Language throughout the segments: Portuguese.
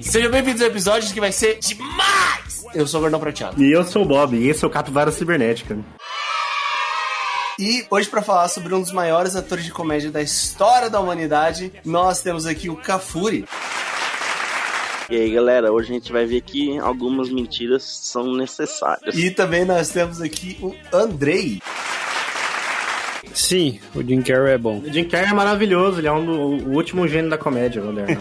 Sejam bem-vindos ao episódio que vai ser demais! Eu sou o Gordão Prateado. E eu sou o Bob, e esse é o Capivara Cibernética. E hoje, pra falar sobre um dos maiores atores de comédia da história da humanidade, nós temos aqui o Cafuri. E aí, galera, hoje a gente vai ver que algumas mentiras são necessárias. E também nós temos aqui o Andrei. Sim, o Jim Carrey é bom. O Jim Carrey é maravilhoso, ele é um do, o último gênio da comédia moderna.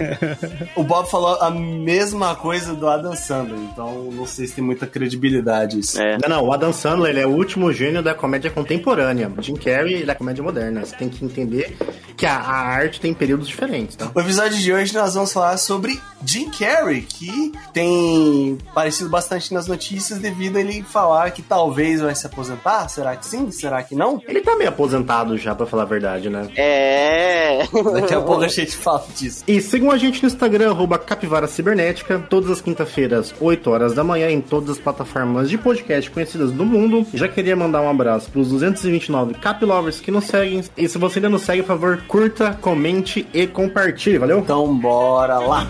O Bob falou a mesma coisa do Adam Sandler, então não sei se tem muita credibilidade isso. É. não, não, o Adam Sandler ele é o último gênio da comédia contemporânea. O Jim Carrey ele é da comédia moderna. Você tem que entender que a, a arte tem períodos diferentes, tá? O episódio de hoje nós vamos falar sobre Jim Carrey, que tem aparecido bastante nas notícias devido a ele falar que talvez vai se aposentar. Será que sim? Será que não? Ele tá meio aposentado já, pra falar a verdade, né? É. Daqui a pouco a gente fala disso. E sigam a gente no Instagram, arroba Capivara Cibernética, todas as quintas-feiras, 8 horas da manhã, em todas as plataformas de podcast conhecidas do mundo. Já queria mandar um abraço pros 229 Capilovers que nos seguem. E se você ainda não segue, por favor, curta, comente e compartilhe, valeu? Então bora lá.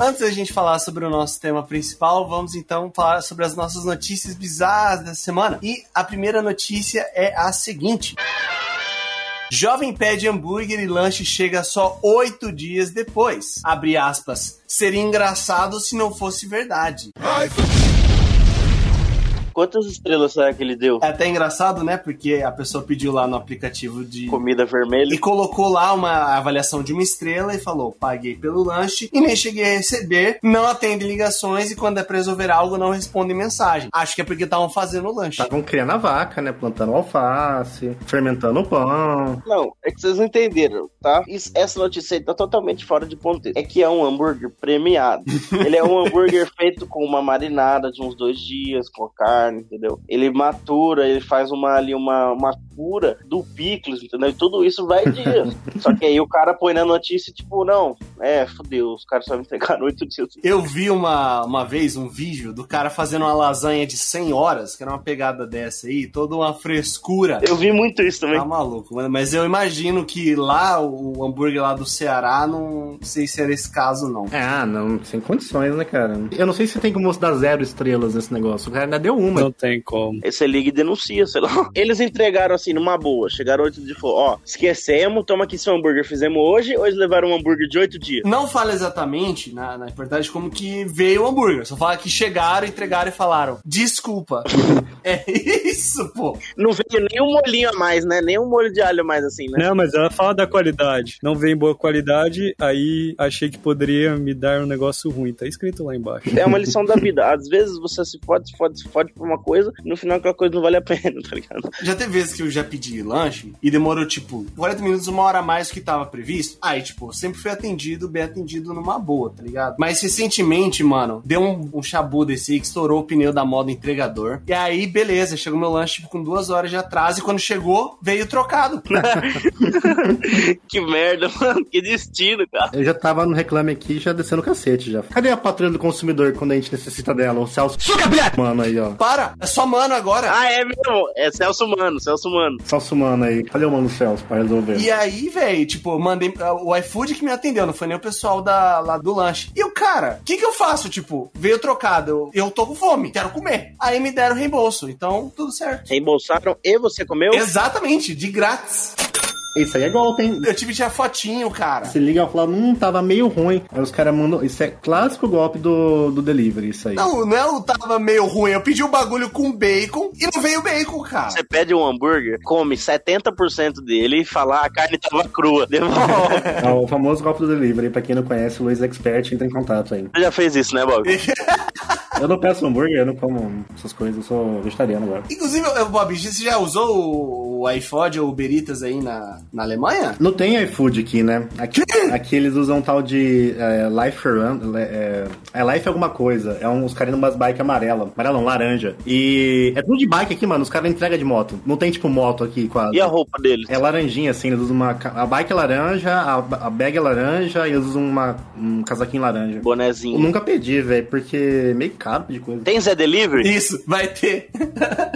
Antes da gente falar sobre o nosso tema principal, vamos então falar sobre as nossas notícias bizarras dessa semana. E a primeira notícia é a seguinte. Jovem pede hambúrguer e lanche chega só oito dias depois. Abre aspas. Seria engraçado se não fosse verdade. Quantas estrelas será que ele deu? É até engraçado, né? Porque a pessoa pediu lá no aplicativo de. Comida vermelha? E colocou lá uma avaliação de uma estrela e falou: paguei pelo lanche e nem cheguei a receber, não atende ligações e quando é pra resolver algo não responde mensagem. Acho que é porque estavam fazendo o lanche. Estavam Tá, criando a vaca, né? Plantando alface, fermentando o pão. Não, é que vocês não entenderam, tá? Isso- essa notícia aí tá totalmente fora de contexto. É que é um hambúrguer premiado. Ele é um hambúrguer feito com uma marinada de uns dois dias, com carne, entendeu? Ele matura, ele faz uma ali, uma, uma cura do picles, entendeu? E tudo isso vai dias. Só que aí o cara põe na notícia, tipo, não, é, fudeu, os caras só me entregaram oito dias. Eu vi uma, uma vez um vídeo do cara fazendo uma lasanha de 100 horas, que era uma pegada dessa aí, toda uma frescura. Eu vi muito isso também. Tá maluco, mano. Mas eu imagino que lá, o hambúrguer lá do Ceará, não sei se era esse caso, não. Ah, não, sem condições, né, cara? Eu não sei se tem como você dar zero estrelas nesse negócio. O cara ainda deu uma. Não tem como. Aí você liga e denuncia, sei lá. Eles entregaram assim, numa boa. Chegaram oito dias e falou: Ó, esquecemos, toma aqui seu hambúrguer. Fizemos hoje, ou eles levaram um hambúrguer de oito dias? Não fala exatamente, na, na verdade, como que veio o hambúrguer. Só fala que chegaram, entregaram e falaram, desculpa. é isso, pô. Não veio nem um molhinho a mais, né? Nem um molho de alho a mais assim, né? Não, mas ela fala da qualidade. Não vem boa qualidade, aí achei que poderia me dar um negócio ruim. Tá escrito lá embaixo. É uma lição da vida. Às vezes você se fode, se fode, se fode por uma coisa, e no final aquela coisa não vale a pena, tá ligado? Já teve vezes que eu já pedi lanche e demorou, tipo, 40 minutos, uma hora a mais do que tava previsto. Aí, tipo, eu sempre fui atendido, bem atendido numa boa, tá ligado? Mas recentemente, mano, deu um, um chabu desse aí que estourou o pneu da moda entregador. E aí, beleza, chegou meu lanche, tipo, com duas horas de atraso. E quando chegou, veio trocado. que merda, mano. Que destino, cara. Eu já tava no reclame aqui, já descendo o cacete já. Cadê a patrulha do consumidor quando a gente necessita dela? O Celso. Suca, Mano aí, ó. Para, é só mano agora. Ah, é mesmo? É Celso Mano, Celso Mano. Celso Mano aí. Cadê o Mano Celso pra resolver? E aí, velho, tipo, eu mandei ah, o iFood que me atendeu, não foi nem o pessoal da, lá do lanche. E o cara, o que que eu faço? Tipo, veio trocado, eu, eu tô com fome, quero comer. Aí me deram reembolso, então tudo certo. Reembolsaram e você comeu? Exatamente, de grátis. Isso aí é golpe, hein? Eu tive que tirar fotinho, cara. Se liga e fala, hum, tava meio ruim. Aí os caras mandam. Isso é clássico golpe do, do delivery, isso aí. Não, não tava meio ruim. Eu pedi um bagulho com bacon e não veio bacon, cara. Você pede um hambúrguer, come 70% dele e fala, "Ah, a carne tava crua. Devolve. É o famoso golpe do delivery. Pra quem não conhece, o Luiz Expert entra em contato aí. Você já fez isso, né, Bob? Eu não peço hambúrguer, eu não como essas coisas, eu sou vegetariano agora. Inclusive, eu- eu, Bob, você já usou o, o iFood ou o Beritas aí na, na Alemanha? Não tem iFood aqui, né? Aqui, aqui eles usam um tal de é, Life Run. É, é Life alguma coisa. É um, os caras umas bike amarela. Amarela não, laranja. E é tudo de bike aqui, mano. Os caras entregam de moto. Não tem, tipo, moto aqui quase. E a roupa deles? É laranjinha, assim, eles usam uma. ca- A bike é laranja, a, a bag é laranja, e eles usam uma, um casaquinho laranja. Eu Bonezinho. nunca pedi, velho, porque é meio caro de coisa. Tem Zé Delivery? Isso, vai ter.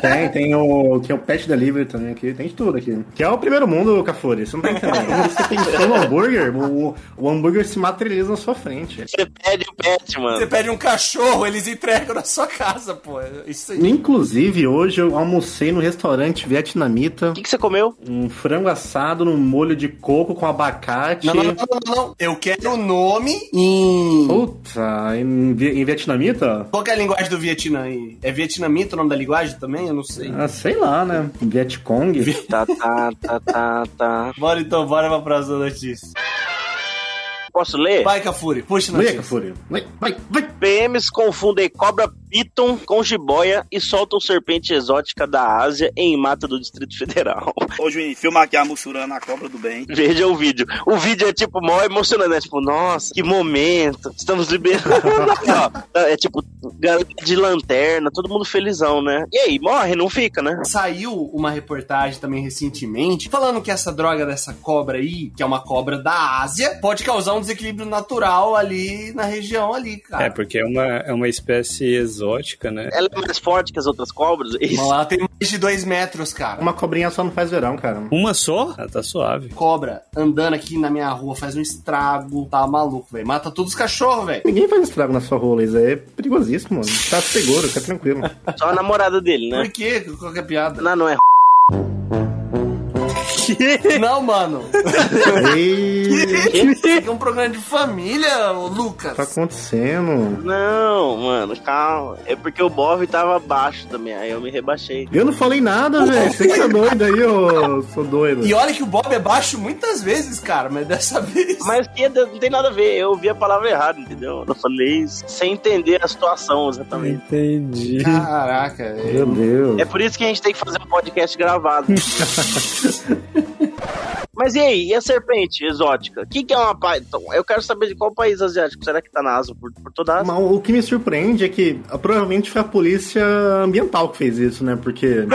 Tem, tem o, tem o Pet Delivery também aqui, tem de tudo aqui. Que é o primeiro mundo, Cafuri, você não tá entendendo. Quando você tem só um hambúrguer, o, o hambúrguer se materializa na sua frente. Você pede o pet, Você mano. pede um cachorro, eles entregam na sua casa, pô. Isso aí. Inclusive, hoje eu almocei no restaurante vietnamita O que, que você comeu? um frango assado num molho de coco com abacate. Não, não, não, não, não. Eu quero o nome em. Puta, em, vi- em vietnamita? Qual que é a linguagem do Vietnã aí? É vietnamita o nome da linguagem também? Eu não sei. Ah, sei lá, né? Vietcong? Tá, tá, tá, tá, tá. Bora então, bora pra próxima notícia. Posso ler? É. Vai, Cafuri, puxa a Vai, notícia. Cafuri. Vai, vai, vai. PMs confundem cobra piton com jiboia e soltam serpente exótica da Ásia em mata do Distrito Federal. Ô, Juninho, filma aqui a mussurana, a cobra do bem. Veja o vídeo. O vídeo é tipo mó emocionante, é tipo, nossa, que momento. Estamos liberando. Ó, é tipo, garota de lanterna, todo mundo felizão, né? E aí, morre, não fica, né? Saiu uma reportagem também recentemente falando que essa droga dessa cobra aí, que é uma cobra da Ásia, pode causar um desequilíbrio natural ali na região ali, cara. É, porque é uma, é uma espécie exótica, né? Ela é mais forte que as outras cobras? Mas Isso. lá tem mais de dois metros, cara. Uma cobrinha só não faz verão, cara. Uma só? Ah, tá suave. cobra andando aqui na minha rua faz um estrago, tá maluco, velho. Mata todos os cachorros, velho. Ninguém faz estrago na sua rola, isso aí é perigosíssimo, mano. Tá seguro, fica tranquilo. Só a namorada dele, né? Por quê? Qual que é a piada? Não, não é. Não, mano. Ei, Isso aqui é um programa de família, ô Lucas. tá acontecendo? Não, mano, calma. É porque o Bov tava baixo também, aí eu me rebaixei. Eu não falei nada, velho. Você que tá doido aí, ô. Sou doido. E olha que o Bob é baixo muitas vezes, cara, mas dessa vez. Mas que não tem nada a ver, eu ouvi a palavra errada, entendeu? Eu falei isso sem entender a situação exatamente. Entendi. Caraca, velho. Meu Deus. É por isso que a gente tem que fazer um podcast gravado. Mas e aí, e a serpente exótica? O que, que é uma Python? Eu quero saber de qual país asiático. Será que tá na Ásia por, por toda a Ásia? Mas o que me surpreende é que ah, provavelmente foi a polícia ambiental que fez isso, né? Porque.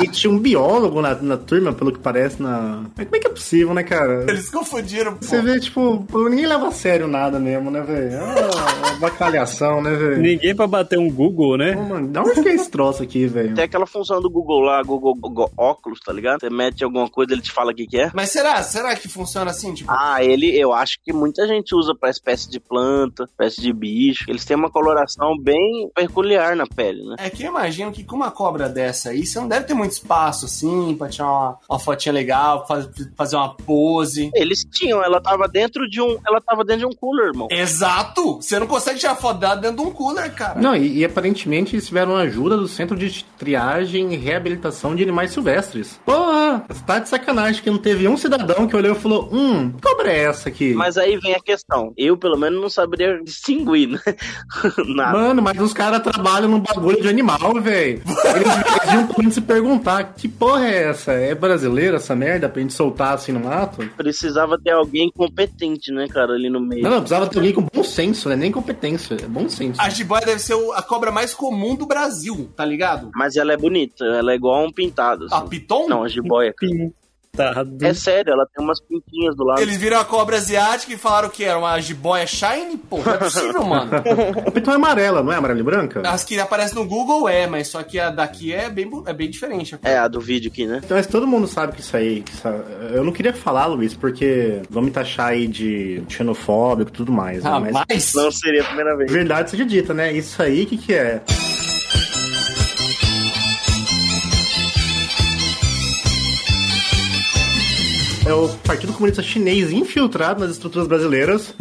e tinha um biólogo na, na turma, pelo que parece, na. Mas Como é que é possível, né, cara? Eles confundiram, pô. Você vê, tipo, ninguém leva a sério nada mesmo, né, velho? É uma- uma bacalhação, né, velho? Ninguém pra bater um Google, né? Ô, Mano, da onde que é esse troço aqui, velho? Tem aquela função do Google lá, Google, Google óculos, tá ligado? Você mete alguma coisa, ele te fala o que, que é. Mas será? Será que funciona assim? Tipo, Ah, ele, eu acho que muita gente usa pra espécie de planta, espécie de bicho. Eles têm uma coloração bem peculiar na pele, né? é que eu imagino que com uma cobra dessa aí, você não deve ter muito espaço, assim, pra tirar uma, uma fotinha legal, faz- fazer uma pose. Eles tinham, ela tava dentro de um, ela tava dentro de um cooler, irmão. Exato! Você não consegue tirar foto dela dentro de um cooler, Tá. cara. Não, e, e aparentemente eles tiveram ajuda do Centro de Triagem e Reabilitação de Animais Silvestres. Porra, você tá de sacanagem que não teve um cidadão que olhou e falou: Hum, que cobra é essa aqui? Mas aí vem a questão. Eu, pelo menos, não saberia distinguir, né? Nada. Mano, mas os caras trabalham num bagulho de animal, velho. Eles deviam pelo menos se perguntar: Que porra é essa? É brasileira essa merda pra gente soltar assim no mato? Precisava ter alguém competente, né, cara, ali no meio. Não, não, precisava ter alguém com bom senso, né? Nem competência, é bom senso. A jiboia deve ser o- a cobra mais comum do Brasil, tá ligado? Mas ela é bonita, ela é igual a um pintado. A Assim. piton? Não, a jiboia. Pintado. É sério, ela tem umas pintinhas do lado. Eles viram a cobra asiática e falaram que era uma jiboia shiny? Pô, não é possível, mano. A pitão é amarela, não é amarela e branca? As que aparecem no Google é, mas só que a daqui é bem, bu- é bem diferente. É, a do vídeo aqui, né? Então, Mas todo mundo sabe que isso aí. que isso- eu não queria falar, Luiz, porque vão me taxar aí de xenofóbico e tudo mais. Ah, né? Mas mas... Não seria a primeira vez. verdade seja dita, né? Isso aí, o que, que é? é o Partido Comunista Chinês infiltrado nas estruturas brasileiras,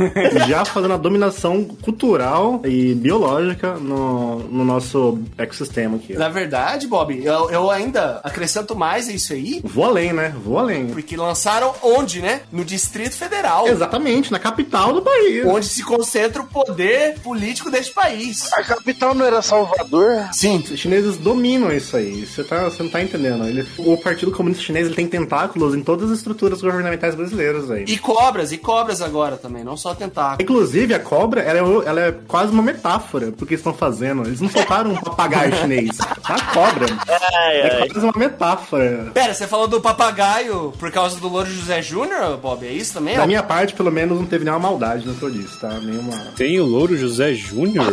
já fazendo a dominação cultural e biológica no, no nosso ecossistema aqui. Na verdade, Bob, eu, eu ainda acrescento mais a isso aí, Vou além, né? Vou além. porque lançaram onde, né? No Distrito Federal. Exatamente, na capital do país. Onde se concentra o poder político deste país. A capital não era Salvador? Sim. Os chineses dominam isso aí. Você tá, você não tá entendendo. Ele- o Partido Comunista Chinês ele tem tentáculos em todas as estruturas governamentais brasileiras aí. E cobras, e cobras agora também, não só tentáculo. Inclusive, a cobra, ela é, o- ela é quase uma metáfora pro que eles estão fazendo. Eles não soltaram um papagaio chinês. É uma cobra. É quase uma metáfora. Pera, você falou do papagaio por causa do Louro José Júnior, Bob? É isso também? Da minha parte, pelo menos, não teve nenhuma maldade no que eu disse, tá? Nenhuma... Tem o Louro José Júnior?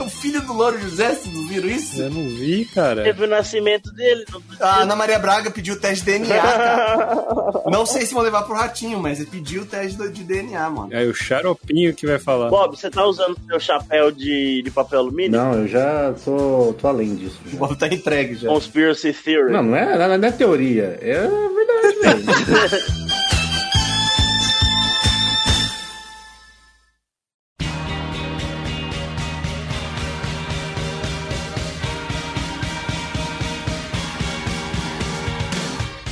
O filho do Louro José, vocês não viram isso? Eu não vi, cara. Teve o nascimento dele. não- A Ana Maria Braga pediu o teste de DNA, cara. Não sei se vão levar pro ratinho, mas ele pediu o teste do- de DNA, mano. É o Xaropinho que vai falar. Bob, você tá usando seu chapéu de, de papel alumínio? Não, eu já tô, tô além disso. O já. Bob tá entregue já. Conspiracy Theory. Não, não é, não é teoria. É verdade, velho.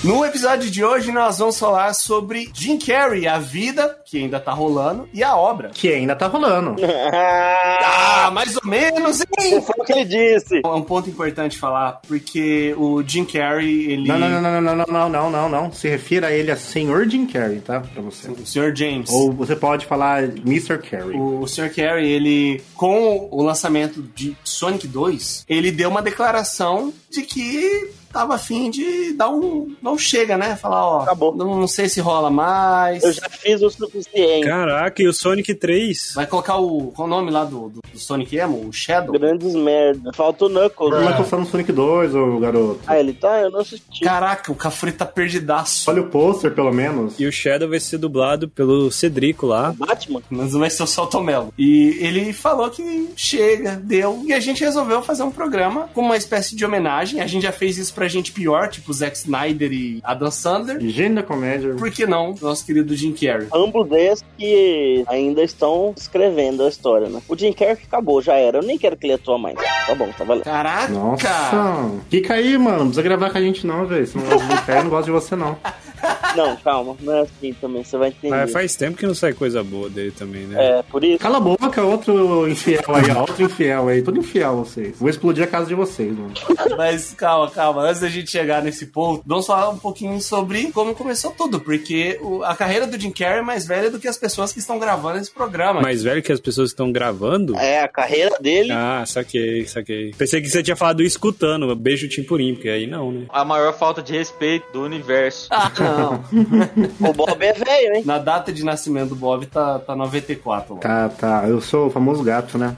No episódio de hoje, nós vamos falar sobre Jim Carrey, a vida, que ainda tá rolando, e a obra. que ainda tá rolando. Ah, mais ou menos, hein? Foi o que ele disse. É um ponto importante falar, porque o Jim Carrey, ele... Não, não, não, não, não, não, não, não, não, não. Se refira a ele a Senhor Jim Carrey, tá? Pra você. O Sr. James. Ou você pode falar Mr. Carrey. O, o Sr. Carey, ele, com o lançamento de Sonic 2, ele deu uma declaração de que tava afim de dar um. Não chega, né? Falar, ó. Acabou. Não, não sei se rola mais. Eu já fiz o suficiente. Caraca, e o Sonic 3? Vai colocar o. Qual o nome lá do, do, do Sonic Emo? O Shadow? Grandes merda. Falta o Knuckles. Como é que eu falo no Sonic 2, ô garoto? Ah, ele tá? Eu não assisti. Caraca, o Cafuri tá perdidaço. Olha o pôster, pelo menos. E o Shadow vai ser dublado pelo Cedrico lá. Batman? Mas não vai ser o Saltomelo. E ele falou que chega, deu. E a gente resolveu fazer um programa com uma espécie de homenagem. A gente já fez isso pra gente pior, tipo Zack Snyder e Adam Sandler. Gênio da comédia. Por que não, nosso querido Jim Carrey? Ambos desses que ainda estão escrevendo a história, né? O Jim Carrey que acabou, já era. Eu nem quero que ele atua mais. Tá bom, tá valendo. Caraca! Nossa. Fica aí, mano. Não precisa gravar com a gente, não, velho. Senão o Jim Carrey não gosta de você, não. Não, calma. Não é assim também. Você vai entender. Mas faz tempo que não sai coisa boa dele também, né? É, por isso. Cala a boca, outro infiel aí, ó. Outro infiel aí. Tudo infiel vocês. Vou explodir a casa de vocês, mano. Mas calma, calma. Antes da gente chegar nesse ponto, vamos falar um pouquinho sobre como começou tudo. Porque o- a carreira do Jim Carrey é mais velha do que as pessoas que estão gravando esse programa. Mais velho que as pessoas que estão gravando? É, a carreira dele. Ah, saquei, saquei. Pensei que você tinha falado escutando. Beijo Timpurim, porque aí não, né? A maior falta de respeito do universo. Ah, não. O Bob é velho, hein? Na data de nascimento do Bob tá, tá 94 lá. Tá, tá. Eu sou o famoso gato, né?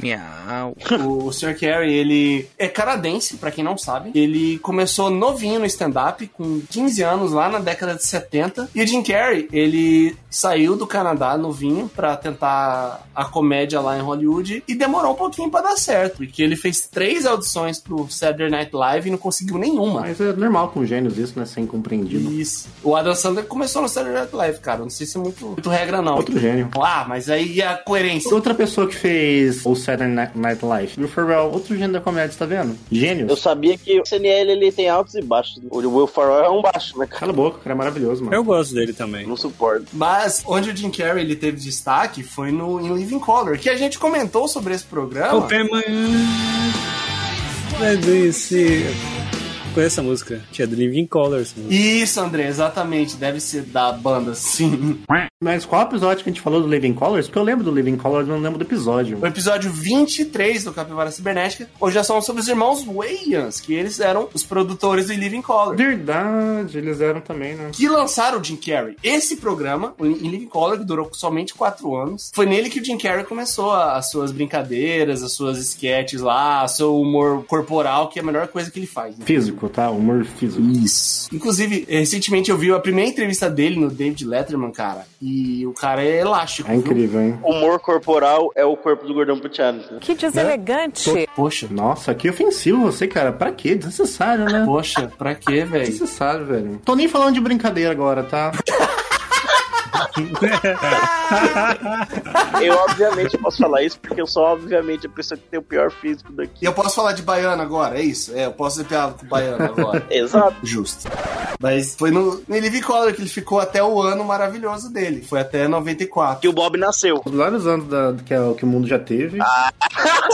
O, o Sr. Carey, ele é canadense, pra quem não sabe. Ele começou novinho no stand-up, com 15 anos, lá na década de 70. E o Jim Carrey, ele saiu do Canadá novinho pra tentar a comédia lá em Hollywood. E demorou um pouquinho pra dar certo, porque ele fez três audições pro Saturday Night Live e não conseguiu nenhuma. Mas é normal com gênios isso, né? Sem compreendido. Isso. O Adam Sandler começou no Saturday Night Live, cara. Não sei se é muito, muito regra, não. Outro gênio. Ah, mas aí a coerência. Outra pessoa que fez o Saturday Night- Night Live, Will Ferrell, outro gênio da comédia, tá vendo? Eu Gênios. sabia que o CNL ele tem altos e baixos. O Will Ferrell é um baixo, né, cara? Cala a boca, o cara é maravilhoso, mano. Eu gosto dele também. Não suporto. Mas onde o Jim Carrey ele teve destaque foi no em Living Color, que a gente comentou sobre esse programa. Mas esse... Conhece essa música? Tinha The Living Color, essa música. Isso, André, exatamente. Deve ser da banda, sim. Mas qual episódio que a gente falou do Living Colors? Porque eu lembro do Living Colors, mas não lembro do episódio. O episódio 23 do Capivara Cibernética, hoje já são sobre os irmãos Wayans, que eles eram os produtores do Living Color. Verdade, eles eram também, né? Que lançaram o Jim Carrey. Esse programa, o In Living Color, que durou somente quatro anos, foi nele que o Jim Carrey começou a- as suas brincadeiras, as suas sketches lá, seu humor corporal, que é a melhor coisa que ele faz. né? Físico. físico, tá? Humor físico. Isso. Inclusive, eh, recentemente eu vi a primeira entrevista dele no David Letterman, cara. E o cara é elástico. É viu? incrível, hein? Humor corporal é o corpo do né? gordão puteado. Que deselegante. Poxa, Nossa, que ofensivo você, cara. Pra quê? Desnecessário, né? poxa, pra quê, velho? Desnecessário, velho. Tô nem falando de brincadeira agora, tá? Eu, obviamente, posso falar isso porque eu sou, obviamente, a pessoa que tem o pior físico daqui. E eu posso falar de baiano agora, é isso? É, eu posso ser piada com baiano agora. Exato. Justo. Mas foi no, no Living Color que ele ficou até o ano maravilhoso dele. Foi até 94. Que o Bob nasceu. Os vários anos da- que, é- que o mundo já teve.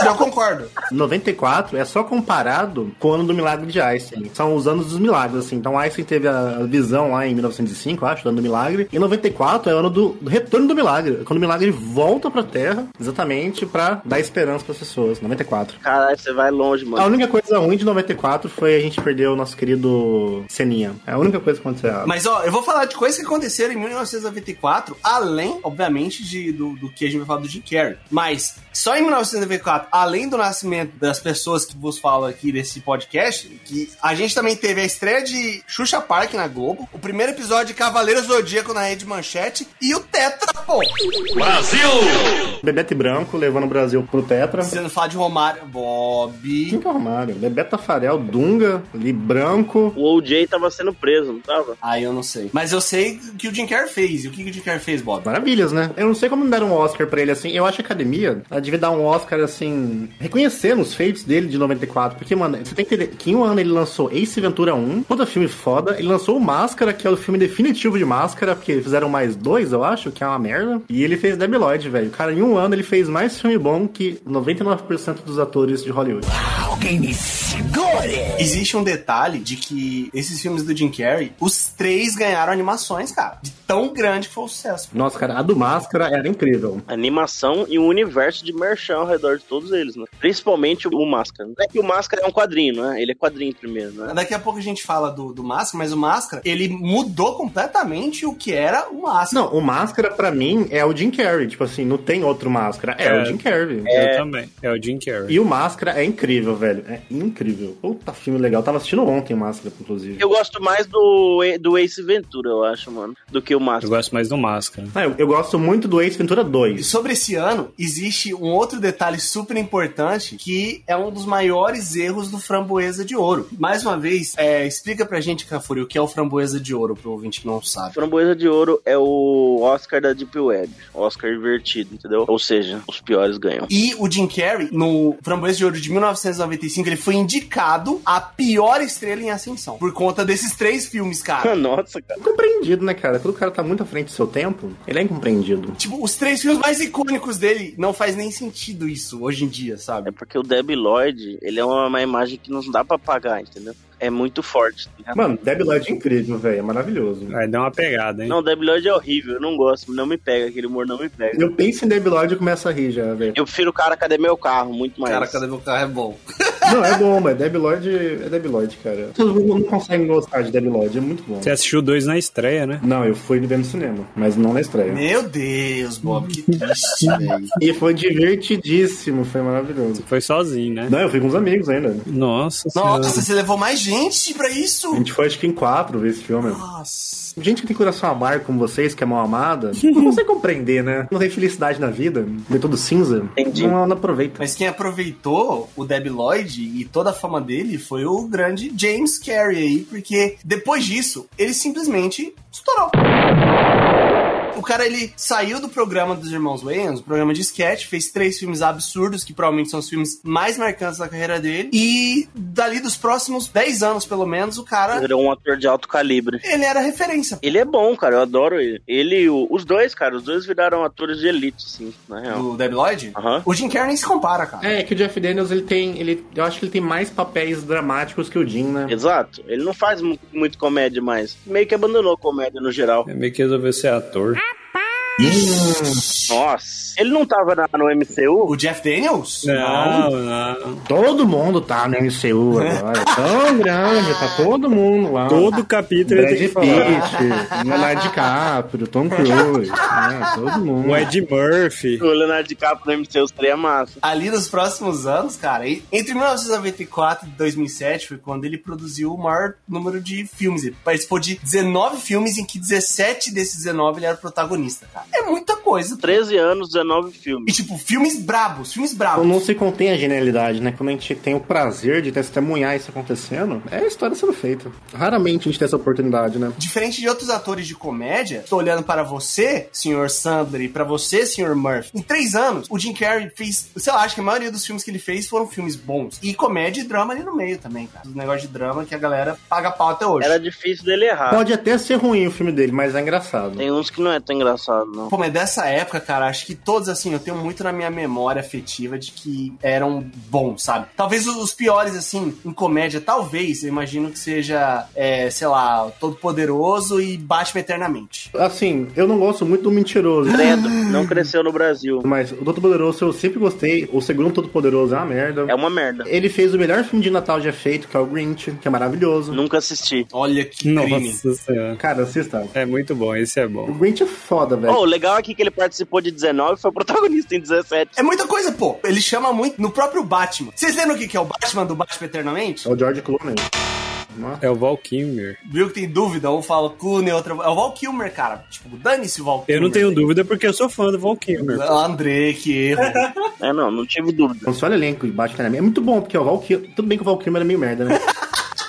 Eu concordo. 94 é só comparado com o ano do milagre de Einstein. São os anos dos milagres, assim. Então Einstein teve a visão lá em 1905, acho, do ano do milagre. E 94 é o ano do, do retorno do milagre. É Quando o milagre volta pra Terra, exatamente pra dar esperança pras pessoas. 94. Caralho, você vai longe, A mano. única coisa ruim de 94 foi a gente perder o nosso querido Seninha. É a única coisa que aconteceu. Mas ó, eu vou falar de coisas que aconteceram em 1994, além, obviamente, de, do, do que a gente vai falar do Jim Carrey. Mas só em 1994, além do nascimento das pessoas que vos falo aqui desse podcast, que a gente também teve a estreia de Xuxa Park na Globo, o primeiro episódio de Cavaleiro Zodíaco na Rede Manchete e o Tetra, pô! Tá Bebeto e Branco levando o Brasil pro Tetra. Você não fala de Romário, Quem Bob. que é o Romário? Bebeto Tafarel, Dunga, Li Branco. O OJ tava sendo preso, não tava? Aí eu não sei. Mas eu sei o que o Jim Carrey fez. E o que que o Jim Carrey fez, Bob? Maravilhas, né? Eu não sei como deram um Oscar pra ele assim. Eu acho que a academia, ela devia dar um Oscar assim, reconhecendo os feitos dele de 94. Porque, mano, você tem que entender que em um ano ele lançou Ace Ventura 1, puta filme foda. Ele lançou o Máscara, que é o filme definitivo de Máscara, porque fizeram mais dois, eu acho, que é uma merda. E ele fez Debbie Lloyd, velho. Cara, em um ano ele fez mais filme bom que 99% dos atores de Hollywood. Existe um detalhe de que esses filmes do Jim Carrey, os três ganharam animações, cara. De tão grande que foi o sucesso. Nossa, cara, a do Máscara era incrível. Animação e um universo de merchan ao redor de todos eles, né? Principalmente o Máscara. É que o Máscara é um quadrinho, né? Ele é quadrinho primeiro, né? Daqui a pouco a gente fala do, do Máscara, mas o Máscara, ele mudou completamente o que era o Máscara. Não, o Máscara pra mim é o Jim Carrey. Tipo assim, não tem outro Máscara. É, É. o Jim Carrey. Eu também. É o Jim Carrey. E o Máscara é incrível, velho. É incrível. Puta filme legal. Tava assistindo ontem o Máscara, inclusive. Eu gosto mais do, do Ace Ventura, eu acho, mano, do que o Eu Máscara. gosto mais do Máscara. Ah, eu, eu gosto muito do Ace Ventura E 2. sobre esse ano, existe um outro detalhe super importante que é um dos maiores erros do Framboesa de Ouro. Mais uma vez, é, explica pra gente, Cafuri, o que é o Framboesa de Ouro, pro ouvinte que não sabe. Framboesa de Ouro é o Oscar da Deep Web. Oscar invertido, entendeu? Ou seja, os piores ganham. E o Jim Carrey, no Framboesa de Ouro de 1995, ele foi indicado a pior estrela em ascensão. Por conta desses três filmes, cara. Nossa, cara. Incompreendido, né, cara? Quando o cara tá muito à frente do seu tempo, ele é incompreendido. tipo, os três filmes mais icônicos dele. Não faz nem sentido isso hoje em dia, É sabe? porque o Debbie Lloyd, ele é uma, uma imagem que não dá pra apagar, entendeu? É muito forte. tá ligado? Mano, Debbie Lloyd é incrível, velho. É maravilhoso. Aí dá uma pegada, hein? Não, o Debbie Lloyd é horrível, eu não gosto, não me pega, aquele humor não me pega. Eu penso em Debbie Lloyd e começo a rir já, velho. Eu prefiro o cara, cadê meu carro? Muito mais. Cara, cadê meu carro? É bom. Não, é bom, mas Debbie Lloyd é Debbie Lloyd, cara. Todo mundo não consegue gostar de Debbie Lloyd. É muito bom. Você assistiu dois na estreia, né? Não, eu fui ver no cinema, mas não na estreia. Meu Deus, Bob, que triste, velho. E foi divertidíssimo, foi maravilhoso. Foi sozinho, né? Não, eu fui com uns amigos ainda. Nossa senhora. Nossa, você levou mais gente pra isso? A gente foi, acho que em quatro ver esse filme. Nossa. Gente que tem coração amargo como vocês, que é mal amada, não consegue compreender, né? Não tem felicidade na vida, vê tudo cinza. Entendi. Não, não aproveita. Mas quem aproveitou o Deb Lloyd e toda a fama dele foi o grande James Carrey aí, porque depois disso, ele simplesmente estourou. O cara, ele saiu do programa dos Irmãos Wayans, um programa de sketch, fez três filmes absurdos, que provavelmente são os filmes mais marcantes da carreira dele. E dali dos próximos 10 anos, pelo menos, o cara, Virou um ator de alto calibre. ele era referência. Ele é bom, cara, eu adoro ele. Ele e o- os dois, cara, os dois viraram atores de elite, sim, na real. Do Deb Lloyd, Aham. o Jim Carrey nem se compara, cara. É, que o Jeff Daniels, ele tem. Ele, eu acho que ele tem mais papéis dramáticos que o Jim, né? Exato, ele não faz mu- muito comédia mais. Meio que abandonou comédia no geral. É meio que resolveu ser ator. Nossa. Ele não tava na- no MCU? O Jeff Daniels? Não, não. Todo mundo tá no MCU agora. É tão grande, tá todo mundo lá. Todo capítulo ele Brad tem que Pitt, falar. Leonardo DiCaprio, Tom Cruise, né? todo mundo. O Ed Murphy. O Leonardo DiCaprio no MCU seria massa. Ali nos próximos anos, cara, e- entre 1994 e 2007 foi quando ele produziu o maior número de filmes. Ele participou de 19 filmes em que 17 desses 19 ele era protagonista, cara. É muita coisa. 13 anos, 19 E filmes. tipo, filmes brabos, filmes Então brabos. não se contém a genialidade, né? Quando a gente tem o prazer de testemunhar isso acontecendo, é a história sendo feita. Raramente a gente tem essa oportunidade, né? Diferente de outros atores de comédia, tô olhando para você, Sr. Sandler, e para você, Sr. Murphy. Em três anos, o Jim Carrey fez, sei lá, acho que a maioria dos filmes que ele fez foram filmes bons. E comédia e drama ali no meio também, cara. Os negócios de drama que a galera paga pau até hoje. Era difícil dele errar. Pode até ser ruim o filme dele, mas é engraçado. Ah. Tem uns que não é tão engraçado, não. Pô, mas dessa época, cara, acho que todos, assim, eu tenho muito na minha memória afetiva de que eram bons, sabe? Talvez os, os piores, assim, em comédia, talvez, eu imagino que seja, é, sei lá, Todo Poderoso e Batman Eternamente. Assim, eu não gosto muito do mentiroso. Credo, não cresceu no Brasil. Mas o Todo Poderoso eu sempre gostei. O segundo Todo Poderoso é uma merda. É uma merda. Ele fez o melhor filme de Natal já feito, que é o Grinch, que é maravilhoso. Nunca assisti. Olha que crime. Nossa senhora. Cara, assista. É muito bom, esse é O bom. Grinch é foda, velho. Oh, o legal aqui que ele participou de 19 e foi protagonista em 17. É muita coisa, pô. Ele chama muito no próprio Batman. Vocês lembram o que que é o Batman do Batman Eternamente? É o George Clooney. Nossa. É o Val Kilmer. Viu que tem dúvida? Um fala Clooney, outro... É o Val Kilmer, cara. Tipo, dane-se o Val Kilmer. Eu não tenho dúvida porque eu sou fã do Val Kilmer. André, que erro. É, não, não tive dúvida. Então, se olha o elenco de Batman, é muito bom, porque o Val Kilmer... Tudo bem que o Val Kilmer é meio merda, né?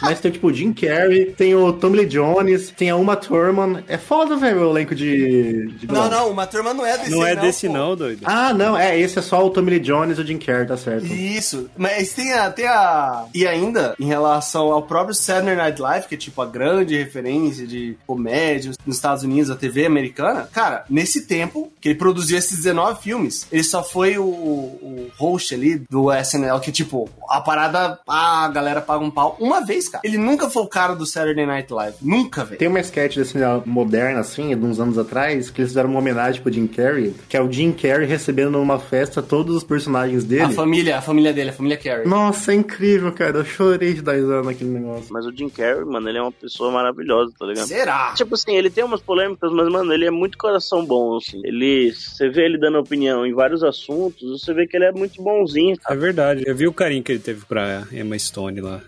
Mas tem, tipo, o Jim Carrey, tem o Tom Lee Jones, tem a Uma Thurman. É foda, velho, o elenco de... de Não, não, uma turma não é desse Não é desse pô. não, doido. Ah, não, é, esse é só o Tom Lee Jones e o Jim Carrey, tá certo. Isso, mas tem a, tem a. E ainda, em relação ao próprio Saturday Night Live, que é tipo a grande referência de comédia nos Estados Unidos, a TV americana, cara, nesse tempo que ele produziu esses 19 filmes, ele só foi o, o host ali do SNL, que tipo, a parada, ah, a galera paga um pau uma vez, cara. Ele nunca foi o cara do Saturday Night Live, nunca, velho. Tem uma sketch desse né, moderna, assim, de uns anos atrás, que eles fizeram uma homenagem pro Jim Carrey, que é o Jim Carrey recebendo numa festa todos os personagens A um dele. família, a família dele, a família Carey. Nossa, é incrível, cara. Eu chorei de 10 anos naquele negócio. Mas o Jim Carrey, mano, ele é uma pessoa maravilhosa, tá ligado? Será? Tipo assim, ele tem umas polêmicas, mas, mano, ele é muito coração bom, assim. Ele, você vê ele dando opinião em vários assuntos, você vê que ele é muito bonzinho. É verdade. Eu vi o carinho que ele teve pra Emma Stone lá.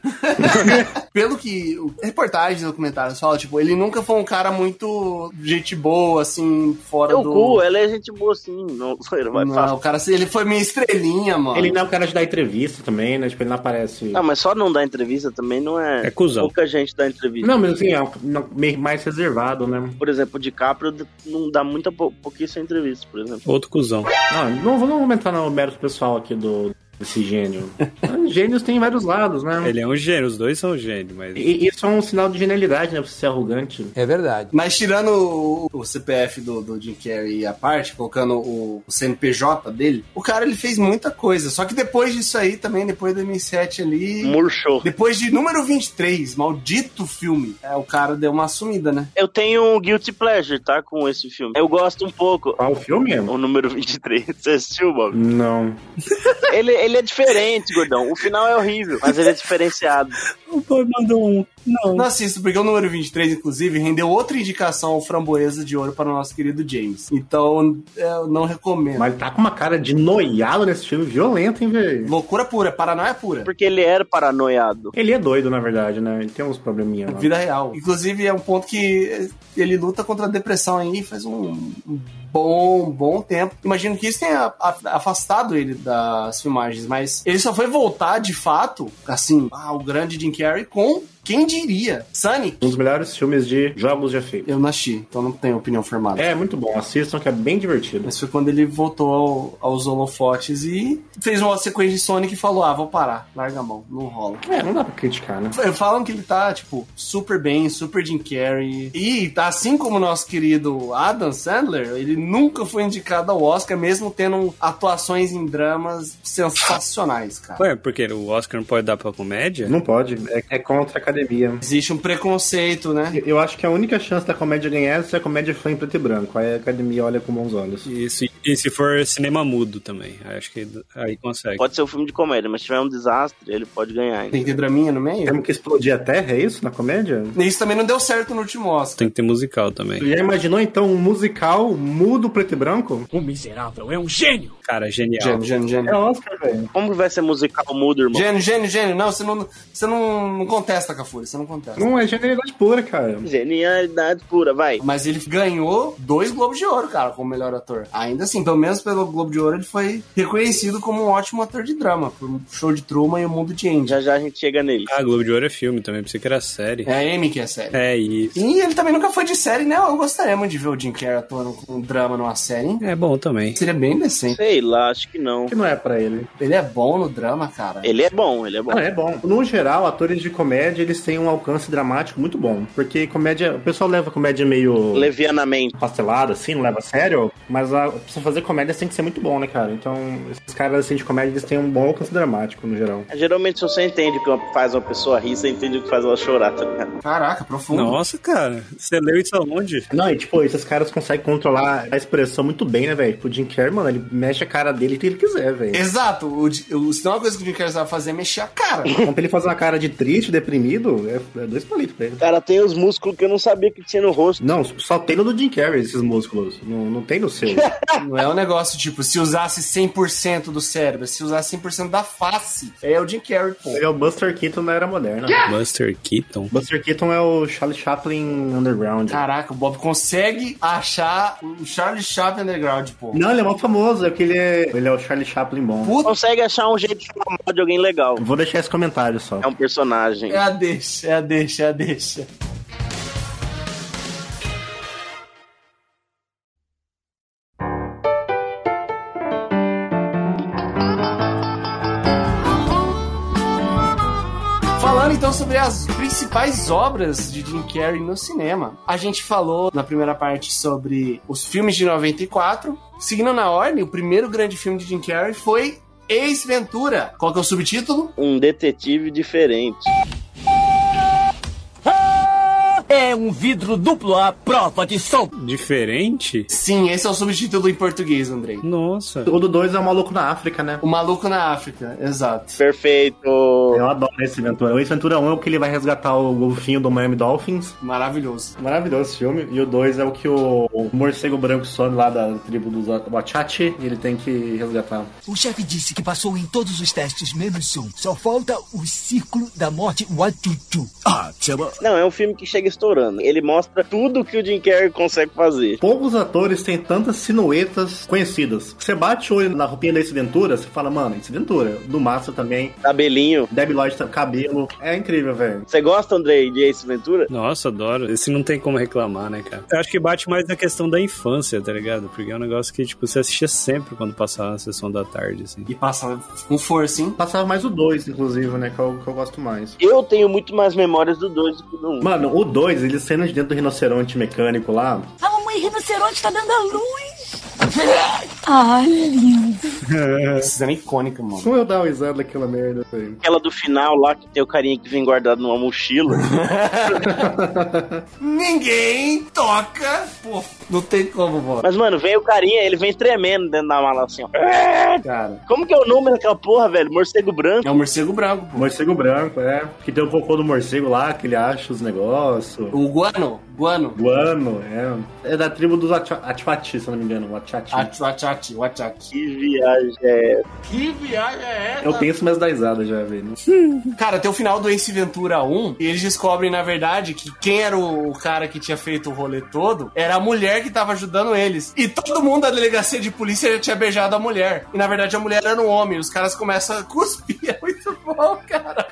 pelo que o- reportagens e documentários falam, tipo, ele nunca foi um cara muito gente boa, assim, fora Teu do... cu, ela é gente boa assim, não zoeira, vai não, falar. o cara, assim, ele foi minha estrelinha, mano. Ele não é o cara de dar entrevista também, né? Tipo, ele não aparece. Ah, mas só não dar entrevista também não é. É cuzão. Pouca gente dá entrevista. Não, mas assim, é um- não- meio mais reservado, né? Por exemplo, o DiCaprio não dá muita pou- pouquíssima entrevista, por exemplo. Outro cuzão. Não, não vamos aumentar no mérito pessoal aqui do desse gênio. Gênios tem vários lados, né? Ele é um gênio, os dois são gênios, mas. E isso é um sinal de genialidade, né? Pra você ser arrogante. É verdade. Mas tirando o, o CPF do, do Jim Carrey à parte, colocando o, o CNPJ dele, o cara, ele fez muita coisa. Só que depois disso aí também, depois de 2007 ali... Murchou. Depois de número 23, maldito filme, é, o cara deu uma sumida, né? Eu tenho um guilty pleasure, tá? Com esse filme. Eu gosto um pouco. Qual o filme? O número 23. Você assistiu, Bob? Não. Ele, ele é diferente, gordão. O final é horrível, mas ele é diferenciado. O Bob mandou um. Não assisto, porque o número 23, inclusive, rendeu outra indicação ao Framboesa de Ouro para o nosso querido James. Então, eu não recomendo. Mas ele tá com uma cara de noiado nesse filme violento, hein, velho? Loucura pura, paranoia pura. Porque ele era paranoiado. Ele é doido, na verdade, né? Ele tem uns probleminhas lá. Vida real. Inclusive, é um ponto que ele luta contra a depressão aí faz um bom, bom tempo. Imagino que isso tenha a- afastado ele das filmagens, mas ele só foi voltar de fato, assim, ah, o grande Jim Carrey com quem diria? Sonic? Um dos melhores filmes de jogos já feitos. Eu não assisti, então não tenho opinião formada. É, muito bom. Assistam que é bem divertido. Mas foi quando ele voltou ao- aos holofotes e fez uma sequência de Sonic e falou: Ah, vou parar, larga a mão, não rola. É, não dá pra criticar, né? F- Falam que ele tá, tipo, super bem, super Jim Carrey. E, tá, assim como o nosso querido Adam Sandler, ele nunca foi indicado ao Oscar, mesmo tendo atuações em dramas sensacionais, cara. Ué, porque o Oscar não pode dar pra comédia? Não pode. É, é contra a academia. Existe um preconceito, né? Eu- Eu acho que a única chance da comédia ganhar é se a comédia for em preto e branco. Aí a academia olha com bons olhos. Isso, e se for cinema mudo também. Aí Acho que aí consegue. Pode ser um filme de comédia, mas se tiver um desastre, ele pode ganhar. hein? Tem que ter draminha no meio. Temos que explodir a Terra, é isso? Na comédia? Isso também não deu certo no último Oscar. Tem que ter musical também. Já imaginou então um musical mudo preto e branco? O miserável é um gênio! Cara, genial. Gênio, gênio, É gênio. Oscar, velho. Como que vai ser musical mudo, irmão? Gênio, gênio, gênio. Não, você não, você não, não contesta, Cafuri. Você não contesta. Não, é genialidade pura, cara. Genialidade pura, vai. Mas ele ganhou dois Globos de Ouro, cara, como melhor ator. Ainda assim, pelo menos pelo Globo de Ouro, ele foi reconhecido como um ótimo ator de drama, por um show de Truman e o mundo de Andy. Já já a gente chega nele. Ah, Globo de Ouro é filme também, pensei que era série. É a Amy que é série. É isso. E ele também nunca foi de série, né? Eu gostaria muito de ver o Jim Carrey atuando com um drama numa série. hein? É bom também. Seria bem decente. Sei lá, acho que não. Que não é pra ele. Ele é bom no drama, cara. Ele é bom, ele é bom. Não, é bom. No geral, atores de comédia, eles têm um alcance dramático muito bom. Porque comédia... O pessoal leva comédia meio... Levianamente. pastelada, assim, não leva a sério. Mas a, pra você fazer comédia, você tem que ser muito bom, né, cara? Então, esses caras, assim, de comédia, eles têm um bom alcance dramático, no geral. Geralmente, se você entende o que faz uma pessoa rir, você entende o que faz ela chorar, tá ligado? Caraca, profundo. Nossa, cara. Você leu isso aonde? Não, e tipo, esses caras conseguem controlar a expressão muito bem, né, velho? Tipo, o Jim Carrey, mano, ele mexe a cara dele o que ele quiser, velho. Exato. O, Di- o, se tem uma coisa que o Jim Carrey sabe fazer é mexer a cara. Então, pra ele fazer uma cara de triste, deprimido, é, é dois palitos pra ele. Cara, tem os músculos que eu não sabia que tinha no rosto. Não, só tem no do Jim Carrey esses músculos. Não, não tem no seu. Não é um negócio tipo, se usasse 100% do cérebro, se usasse 100% da face. É o Jim Carrey, pô. Ele é o Buster Keaton na era moderna. Buster Keaton. Buster Keaton é o Charlie Chaplin Underground. Caraca, o Bob consegue achar o Charlie Chaplin Underground, pô. Não, ele é mó famoso, é que ele é, ele é o Charlie Chaplin bom. Puta Consegue achar um jeito de falar mal de alguém legal. Vou deixar esse comentário só. É um personagem. é a deixa, é a deixa, é a deixa. Falando então sobre as principais obras de Jim Carrey no cinema. A gente falou na primeira parte sobre os filmes de 94. Seguindo na ordem, o primeiro grande filme de Jim Carrey foi Ace Ventura. Qual que é o subtítulo? Um detetive diferente. É um vidro duplo à prova de som! Diferente? Sim, esse é o subtítulo em português, Andrei. Nossa. O do 2 é o maluco na África, né? O Maluco na África, exato. Perfeito. Eu adoro esse Ventura. O Ace Ventura 1 é o que ele vai resgatar o golfinho do Miami Dolphins. Maravilhoso. Maravilhoso esse filme. E o 2 é o que o, o morcego branco some lá da tribo dos Wachati. e Ele tem que resgatar. O chefe disse que passou em todos os testes, menos um. Só falta o círculo da morte Watutu. Ah, chama. Não, é um filme que chega estourando. Ele mostra tudo que o Jim Carrey consegue fazer. Poucos atores têm tantas silhuetas conhecidas. Você bate o olho na roupinha da Ace Ventura, você fala, mano, Ace Ventura. Do Massa também. Cabelinho. Debbie Lloyd, tá- cabelo. É incrível, velho. Você gosta, Andrei, de Ace Ventura? Nossa, adoro. Esse não tem como reclamar, né, cara? Eu acho que bate mais na questão da infância, tá ligado? Porque é um negócio que, tipo, você assistia sempre quando passava na sessão da tarde, assim. E passa com força, hein? Passava mais o 2, inclusive, né? Que é o que eu gosto mais. Eu tenho muito mais memórias do 2 do que do 1. Um. Mano, o 2, ele sendo de dentro do rinoceronte mecânico lá. A Ah, mamãe rinoceronte tá dando a luz. Ah, lindo. Essa cena é icônica, mano. Como eu dar o risada daquela merda, velho? Aquela do final lá, que tem o carinha que vem guardado numa mochila. Ninguém toca. Pô, não tem como, mano. Mas, mano, vem o carinha, ele vem tremendo dentro da mala assim, ó. Cara, Como que é o nome daquela porra, velho? Morcego branco? é o morcego branco, pô. Morcego branco, é. Que tem o cocô do morcego lá, que ele acha os negócios. O Guano, Guano. Guano, é. É da tribo dos Atcha- Atchafati, se eu não me engano. Atchafati. Atchachati, Atchati. Que viagem é essa? é Eu penso, mas dá risada já, velho. Cara, tem o final do Ace Ventura 1 e eles descobrem, na verdade, que quem era o o cara que tinha feito o rolê todo era a mulher que tava ajudando eles. E todo mundo da delegacia de polícia já tinha beijado a mulher. E, na verdade, a mulher era um homem. Os caras começam a cuspir. É muito bom, cara.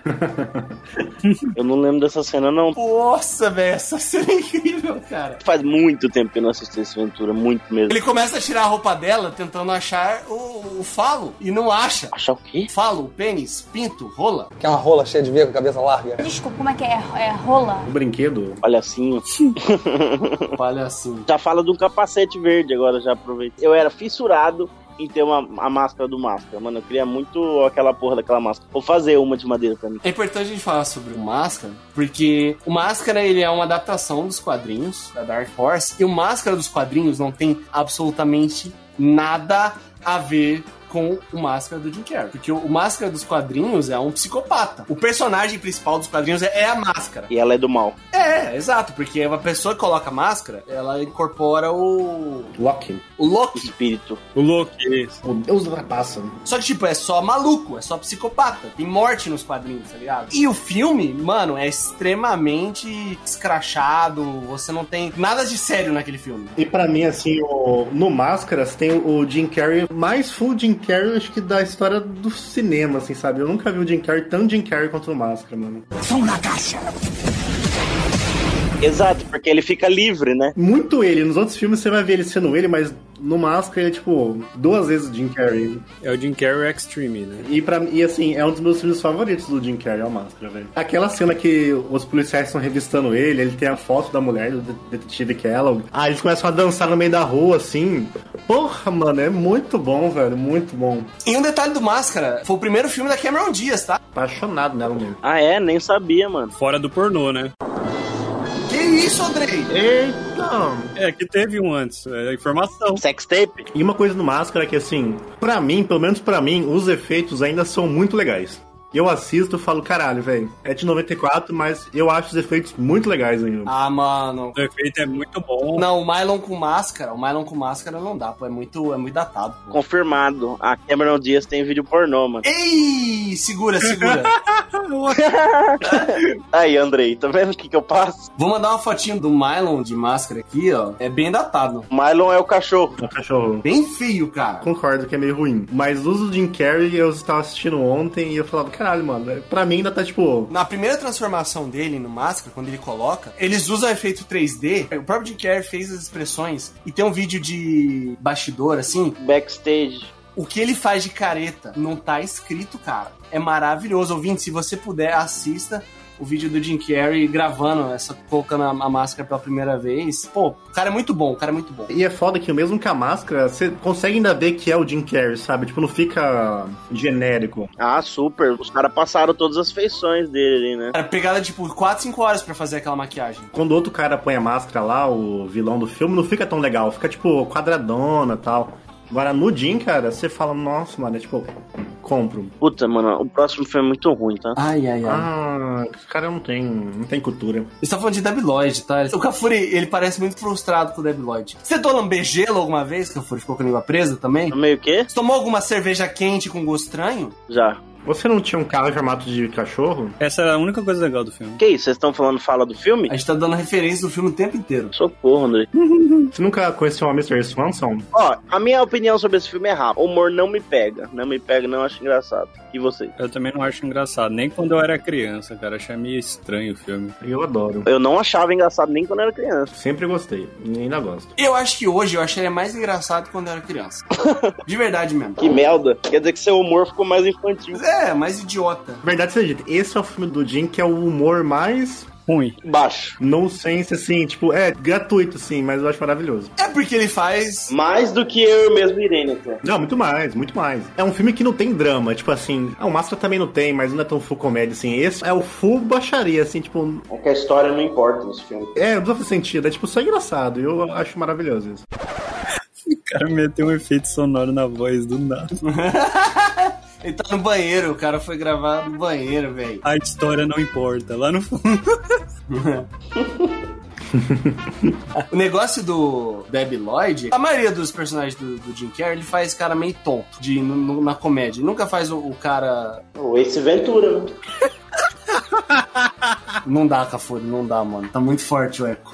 Eu não lembro dessa cena, não. Nossa, velho, essa cena é incrível, cara. Faz muito tempo que eu não assisti esse Ventura, muito mesmo. Ele começa a tirar a roupa dela tentando achar o, o falo e não acha. Achar o quê? Falo, pênis, pinto, rola. Que é uma rola cheia de ver com a cabeça larga. Desculpa, como é que é? É rola? O brinquedo. Palhacinho. Palhacinho. Já fala de um capacete verde agora, já aproveitei. Eu era fissurado em ter uma, a máscara do máscara. Mano, eu queria muito aquela porra daquela máscara. Vou fazer uma de madeira pra mim. É importante a gente falar sobre o Máscara, porque o Máscara ele é uma adaptação dos quadrinhos da Dark Horse, e o Máscara dos quadrinhos não tem absolutamente nada a ver com o Máscara do Jim Carrey. Porque o Máscara dos quadrinhos é um psicopata. O personagem principal dos quadrinhos é é a Máscara. E ela é do mal. É, exato, porque uma pessoa que coloca máscara, ela incorpora o, Loki. o O Loki. espírito. O Loki. O Deus né? ultrapassa. Só que, tipo, é só maluco, é só psicopata. Tem morte nos quadrinhos, tá ligado? E o filme, mano, é extremamente escrachado. Você não tem nada de sério naquele filme. E pra mim, assim, o- no Máscaras tem o Jim Carrey mais full Jim Carrey, acho que da história do cinema, assim, sabe? Eu nunca vi o Jim Carrey tão Jim Carrey quanto no Máscara, mano. Exato, porque ele fica livre, né? Muito ele. Nos outros filmes você vai ver ele sendo ele, mas no Máscara ele é, tipo, duas vezes o Jim Carrey. É o Jim Carrey Extreme, né? E, pra, e assim, é um dos meus filmes favoritos do Jim Carrey, é o Máscara, velho. Aquela cena que os policiais estão revistando ele, ele tem a foto da mulher, do de- detetive Kellogg. Aí eles começam a dançar no meio da rua, assim. Porra, mano, é muito bom, velho, muito bom. E um detalhe do Máscara, foi o primeiro filme da Cameron Diaz, tá? Apaixonado nela mesmo. Ah, é? Nem sabia, mano. Fora do pornô, né? Que isso, Andrei? Eita! É, que teve um antes. É informação. Sextape? Ah, E uma coisa do Máscara que, assim, pra mim, pelo menos pra mim, os efeitos ainda são muito legais. Eu assisto e falo, caralho, velho, é de 94, mas eu acho os efeitos muito legais ainda. Ah, mano. O efeito é muito bom. Não, o Mylon com máscara, o Mylon com máscara não dá, pô, é muito, é muito datado, pô. Confirmado. A Cameron Diaz tem vídeo pornô, mano. Ei, segura, segura. Aí, Andrei, tá vendo o que que eu passo? Vou mandar uma fotinho do Mylon de máscara aqui, ó. É bem datado. Mylon é o cachorro. O cachorro. Bem feio, cara. Concordo que é meio ruim. Mas os do Jim Carrey eu estava assistindo ontem e eu falava, caralho, mano, pra mim ainda tá tipo. Na primeira transformação dele no máscara, quando ele coloca, eles usam efeito 3D. O próprio Jim Carrey fez as expressões e tem um vídeo de bastidor assim. Backstage. O que ele faz de careta não tá escrito, cara. É maravilhoso. Ouvinte, se você puder, assista o vídeo do Jim Carrey gravando essa colocando a, a máscara pela primeira vez. Pô, o cara é muito bom, o cara é muito bom. E é foda que mesmo com a máscara, você consegue ainda ver que é o Jim Carrey, sabe? Tipo, não fica genérico. Ah, super. Os caras passaram todas as feições dele ali, né? Cara, pegada tipo 4, 5 horas pra fazer aquela maquiagem. Quando outro cara põe a máscara lá, o vilão do filme, não fica tão legal. Fica, tipo, quadradona e tal. Agora, no Jim, cara, você fala, nossa, mano, é tipo, compro. Puta, mano, o próximo filme é muito ruim, tá? Ai, ai, ai. Ah, esse cara não tem, não tem cultura. Eles estão falando de Deb Lloyd, tá? O Cafuri, ele parece muito frustrado com o Deb Lloyd. Você tomou um begelo alguma vez, Cafuri? Ficou com a língua presa também? Tá Meio que? Você tomou alguma cerveja quente com gosto estranho? Já. Você não tinha um carro em formato de cachorro? Essa é a única coisa legal do filme. Que isso? Vocês estão falando fala do filme? A gente tá dando referência do filme o tempo inteiro. Socorro, André. Você nunca conheceu uma Mr. Swanson? Ó, a minha opinião sobre esse filme é rápida. O humor não me pega. Não me pega, não acho engraçado. E você? Eu também não acho engraçado. Nem quando eu era criança, cara. Achei meio estranho o filme. Eu adoro. Eu não achava engraçado nem quando eu era criança. Sempre gostei. E ainda gosto. Eu acho que hoje eu acharia mais engraçado quando eu era criança. De verdade mesmo. Que merda. Quer dizer que seu humor ficou mais infantil. É, mais idiota. Na verdade, seja dito, esse é o filme do Jim que é o humor mais Ruim. Baixo. nonsense, assim, tipo, é gratuito, sim, mas eu acho maravilhoso. É porque ele faz. Mais do que eu mesmo irei, né, cara? Não, muito mais, muito mais. É um filme que não tem drama, tipo assim, ah, o Máscara também não tem, mas não é tão full comédia, assim. Esse é o full baixaria, assim, tipo, É que a história não importa nesse filme. é, não precisa fazer sentido, é tipo só engraçado, eu acho maravilhoso isso. O cara meteu um efeito sonoro na voz do nada. Ele tá no banheiro, o cara foi gravar no banheiro, velho. A história não importa. Lá no fundo. O negócio do Deb Lloyd, a maioria dos personagens do, do Jim Carrey, ele faz cara meio tonto de, no- no- na comédia. Ele nunca faz o- o cara Ou esse Ventura, né? Não dá, Cafuri, não dá, mano. Tá muito forte o eco.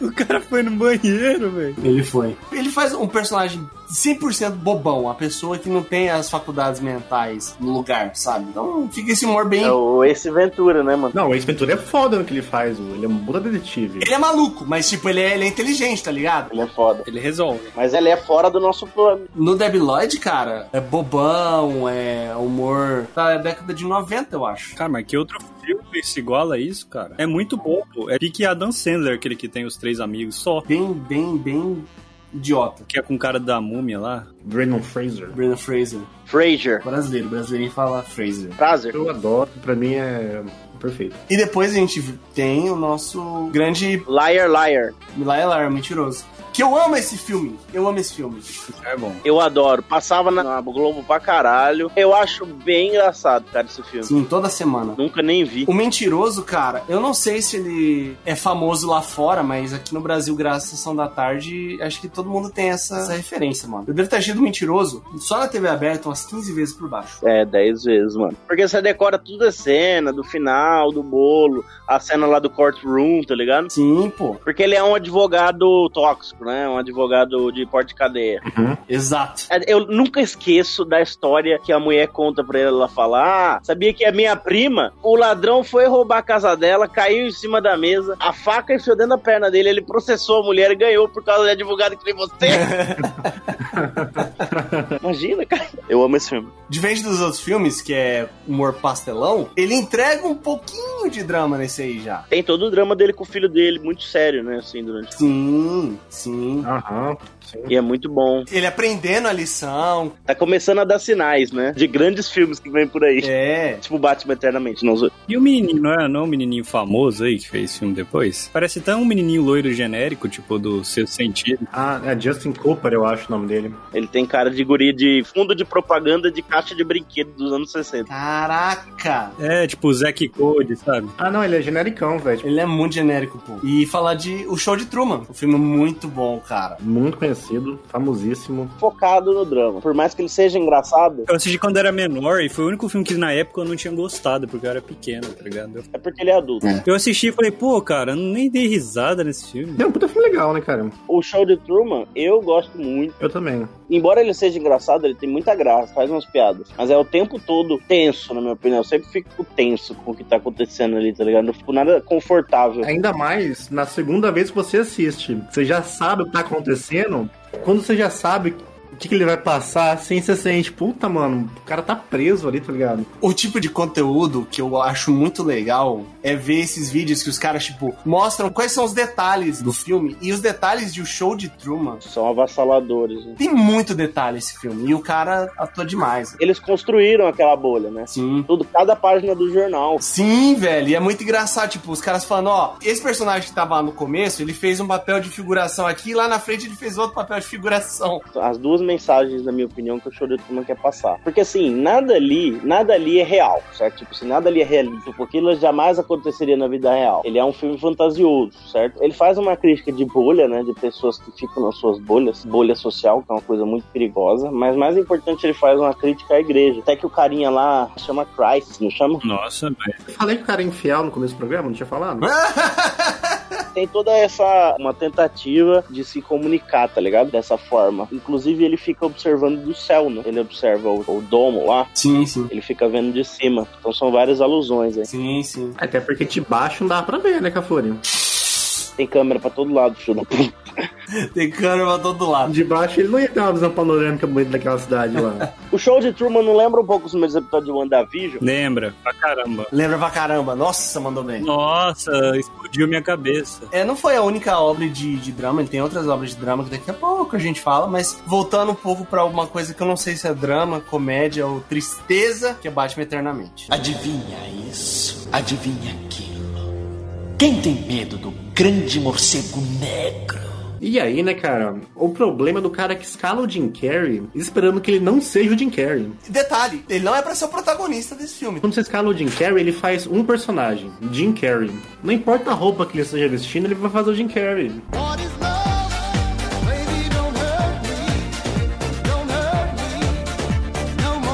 O cara foi no banheiro, velho. Ele foi. Ele faz um personagem 100% bobão, a pessoa que não tem as faculdades mentais no lugar, sabe? Então fica esse humor bem. É o esse Ventura, né, mano? Não, o Ace Ventura é foda no que ele faz, o- ele é um puta detetive. Ele é maluco, mas tipo, ele é, ele é inteligente, tá ligado? Ele é foda. Ele resolve. Mas ele é fora do nosso plano. No Debi Lloyd, cara, é bobão, é humor da década de 90, eu acho. Cara, mas que outro filme se iguala a isso, cara? É muito bobo. É pique Adam Sandler, aquele que tem os três amigos só. Bem, bem, bem idiota. Que é com o cara da múmia lá. Brandon Fraser. Brandon Fraser. Fraser. Brasileiro, brasileirinho fala Fraser. Fraser. Eu adoro, pra mim é perfeito. E depois a gente tem o nosso grande Liar, liar. Milaya Lara, mentiroso. Que eu amo esse filme. Eu amo esse filme. É bom. Eu adoro. Passava na, na Globo pra caralho. Eu acho bem engraçado, cara, esse filme. Sim, toda semana. Nunca nem vi. O Mentiroso, cara, eu não sei se ele é famoso lá fora, mas aqui no Brasil, graças à Sessão da Tarde, acho que todo mundo tem essa, essa referência, mano. Eu devo ter agido Mentiroso só na TV aberta umas 15 vezes por baixo. É, dez vezes, mano. Porque você decora toda a cena, do final, do bolo, a cena lá do courtroom, tá ligado? Sim, pô. Porque ele é um advogado tóxico, né? Um advogado de porte de cadeia. Exato. É, Eu nunca esqueço da história que a mulher conta pra ela. Ela fala: Ah, sabia que a minha prima, o ladrão foi roubar a casa dela, caiu em cima da mesa, a faca enfiou dentro da perna dele, ele processou a mulher e ganhou por causa de advogado que nem você. Imagina, cara. Eu amo esse filme. Diferente dos outros filmes, que é humor pastelão, ele entrega um pouquinho de drama nesse aí já. Tem todo o drama dele com o filho dele, muito sério, né? Assim, durante. Sim, sim. Aham. E é muito bom. Ele aprendendo a lição. Tá começando a dar sinais, né? De grandes filmes que vem por aí. É. Tipo Batman Eternamente. Não, zo- E o menino, não é, não é um menininho famoso aí que fez filme depois? Parece tão um menininho loiro genérico, tipo do seu sentido. Ah, é Justin Cooper, eu acho o nome dele. ele tem cara de guri de fundo de propaganda de caixa de brinquedo dos anos 60. Caraca! É, tipo o Zack Code, sabe? Ah, não, ele é genericão, velho. Ele é muito genérico, pô. E falar de O Show de Truman. Um filme muito bom, cara. Muito conhecido, famosíssimo. Focado no drama. Por mais que ele seja engraçado, Eu assisti quando era menor e foi o único filme que na época eu não tinha gostado, porque eu era pequeno, tá ligado? Eu- é porque ele é adulto. Eu assisti e falei, pô, cara, eu nem dei risada nesse filme. É um puta filme legal, né, cara? O show de Truman, eu gosto muito. Eu também. Embora ele seja engraçado, ele tem muita graça, faz umas piadas. Mas é o tempo todo tenso, na minha opinião. Eu sempre fico tenso com o que tá acontecendo ali, tá ligado? Não fico nada confortável. Ainda mais na segunda vez que você assiste. Você já sabe o que tá acontecendo. Quando você já sabe o que, que ele vai passar, assim, você sente, puta, mano, o cara tá preso ali, tá ligado? O tipo de conteúdo que eu acho muito legal é ver esses vídeos que os caras, tipo, mostram quais são os detalhes do filme. E os detalhes de O Show de Truman. São avassaladores. Né? Tem muito detalhe esse filme. E o cara atua demais. Eles construíram aquela bolha, né? Sim. Tudo, cada página do jornal. Sim, velho, e é muito engraçado, tipo, os caras falando, ó, esse personagem que tava lá no começo, ele fez um papel de figuração aqui, e lá na frente ele fez outro papel de figuração. As duas mensagens, na minha opinião, que o show de Truman quer passar. Porque assim, nada ali, nada ali é real, certo? Tipo, assim, nada ali é realista, porque aquilo jamais aconteceria na vida real. Ele é um filme fantasioso, certo? Ele faz uma crítica de bolha, né? De pessoas que ficam nas suas bolhas, bolha social, que é uma coisa muito perigosa. Mas mais importante, ele faz uma crítica à igreja. Até que o carinha lá chama Christ, não chama? Nossa, mas Eu falei que o cara é infiel no começo do programa, não tinha falado? tem toda essa uma tentativa de se comunicar, tá ligado? Dessa forma. Inclusive ele fica observando do céu, né? Ele observa o, o domo lá, Sim, sim. ele fica vendo de cima. Então são várias alusões aí. Sim, sim. Até porque de baixo não dá pra ver, né, Cafuri? Tem câmera pra todo lado, filho. da puta. Tem câmera pra todo lado. De baixo ele não ia ter uma visão panorâmica bonita daquela cidade lá. O show de Truman não lembra um pouco os meus episódios de WandaVision? lembra pra caramba. Lembra pra caramba. Nossa, mandou bem. Nossa, explodiu minha cabeça. É, não foi a única obra de, de drama, ele tem outras obras de drama que daqui a pouco a gente fala, mas voltando um pouco pra alguma coisa que eu não sei se é drama, comédia ou tristeza, que é Batman Eternamente. Adivinha isso? Adivinha aquilo? Quem tem medo do grande morcego negro? e aí, né, cara? O problema do cara é que escala o Jim Carrey esperando que ele não seja o Jim Carrey. Detalhe, ele não é pra ser o protagonista desse filme. Quando você escala o Jim Carrey, ele faz um personagem, Jim Carrey. Não importa a roupa que ele esteja vestindo, ele vai fazer o Jim Carrey.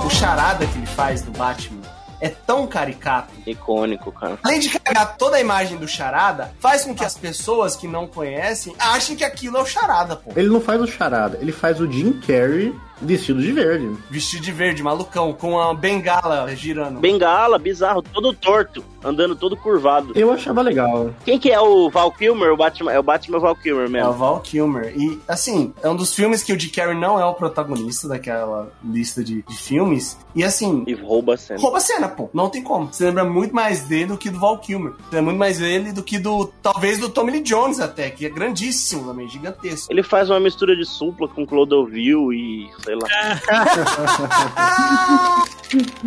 O charada que ele faz do Batman é tão caricato. Icônico, cara. Além de cagar toda a imagem do charada, faz com que as pessoas que não conhecem achem que aquilo é o charada, pô. Ele não faz o charada, ele faz o Jim Carrey vestido de verde. Vestido de verde, malucão, com a bengala girando. Bengala, bizarro, todo torto. andando todo curvado. Eu achava legal. Quem que é o Val Kilmer? O Batman, é o Batman Val Kilmer É o mesmo. Val Kilmer. E, assim, é um dos filmes que o Jim Carrey não é o protagonista daquela lista de, de filmes. E, assim, E rouba a cena. rouba a cena, pô. Não tem como. Você lembra muito mais dele do que do Val Kilmer. Você lembra muito mais dele do que do, talvez, do Tommy Lee Jones até, que é grandíssimo também, gigantesco. Ele faz uma mistura de supla com Clodovil e sei lá.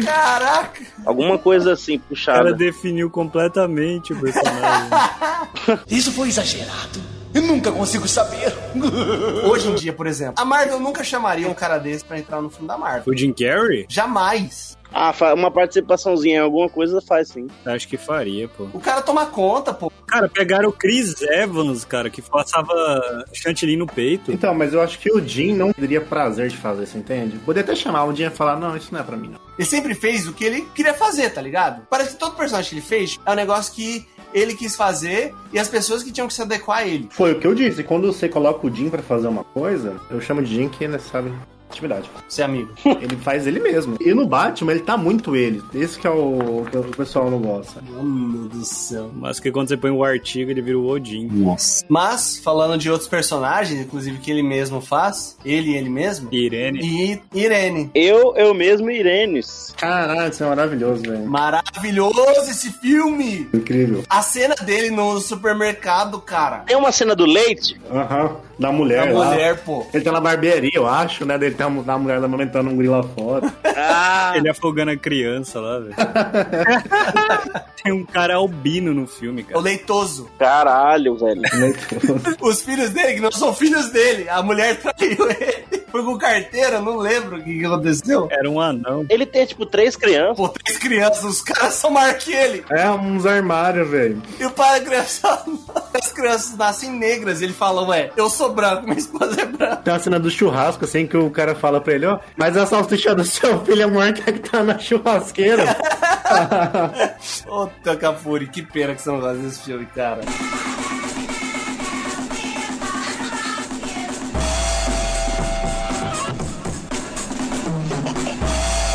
Caraca! Alguma coisa assim, O cara puxada. definiu completamente o personagem. Isso foi exagerado. Eu nunca consigo saber. Hoje em dia, por exemplo, a Marvel nunca chamaria um cara desse pra entrar no filme da Marvel. o Jim Carrey? Jamais. Ah, fa- uma participaçãozinha em alguma coisa faz sim. Acho que faria, pô. O cara toma conta, pô. Cara, pegaram o Chris Evans, cara, que passava chantilly no peito. Então, mas eu acho que o Jim não teria prazer de fazer isso, entende? Poderia até chamar o Jim e falar, não, isso não é pra mim, não. Ele sempre fez o que ele queria fazer, tá ligado? Parece que todo personagem que ele fez é um negócio que ele quis fazer e as pessoas que tinham que se adequar a ele. Foi o que eu disse, quando você coloca o Jim pra fazer uma coisa, eu chamo de Jim que, né, sabe, intimidade. Ser é amigo. Ele faz ele mesmo. E no Batman, ele tá muito ele. Esse que é o que o pessoal não gosta. Mano do céu. Mas que quando você põe o artigo, ele vira o Odin. Nossa. Mas, falando de outros personagens, inclusive que ele mesmo faz, ele e ele mesmo, Irene. e Irene. Eu, eu mesmo e Irenes. Caralho, isso é maravilhoso, velho. Maravilhoso esse filme! Incrível. A cena dele no supermercado, cara. Tem uma cena do leite? Aham. Da mulher, A É, lá. mulher, pô. Ele tá na barbearia, eu acho, né? Ele tá da mulher tá amamentando um grilo lá fora. Ah, Ele afogando a criança lá, velho. Tem um cara albino no filme, O cara. leitoso. caralho, velho. Os filhos dele, que não são filhos dele. A mulher traiu ele. Foi com carteira, não lembro o que que aconteceu. Era um anão. Ele tem, tipo, três crianças. Pô, três crianças, os caras são maior que ele. é uns armários, velho. E o pai da criança. As crianças nascem negras. Ele fala, ué, eu sou branco, minha esposa é branca. Tem uma cena do churrasco, assim, que o cara fala pra ele, ó, mas a salsicha do seu filho é maior que a que tá na churrasqueira. Ô, Takafuri, que pena que você não gosta desse filme, cara.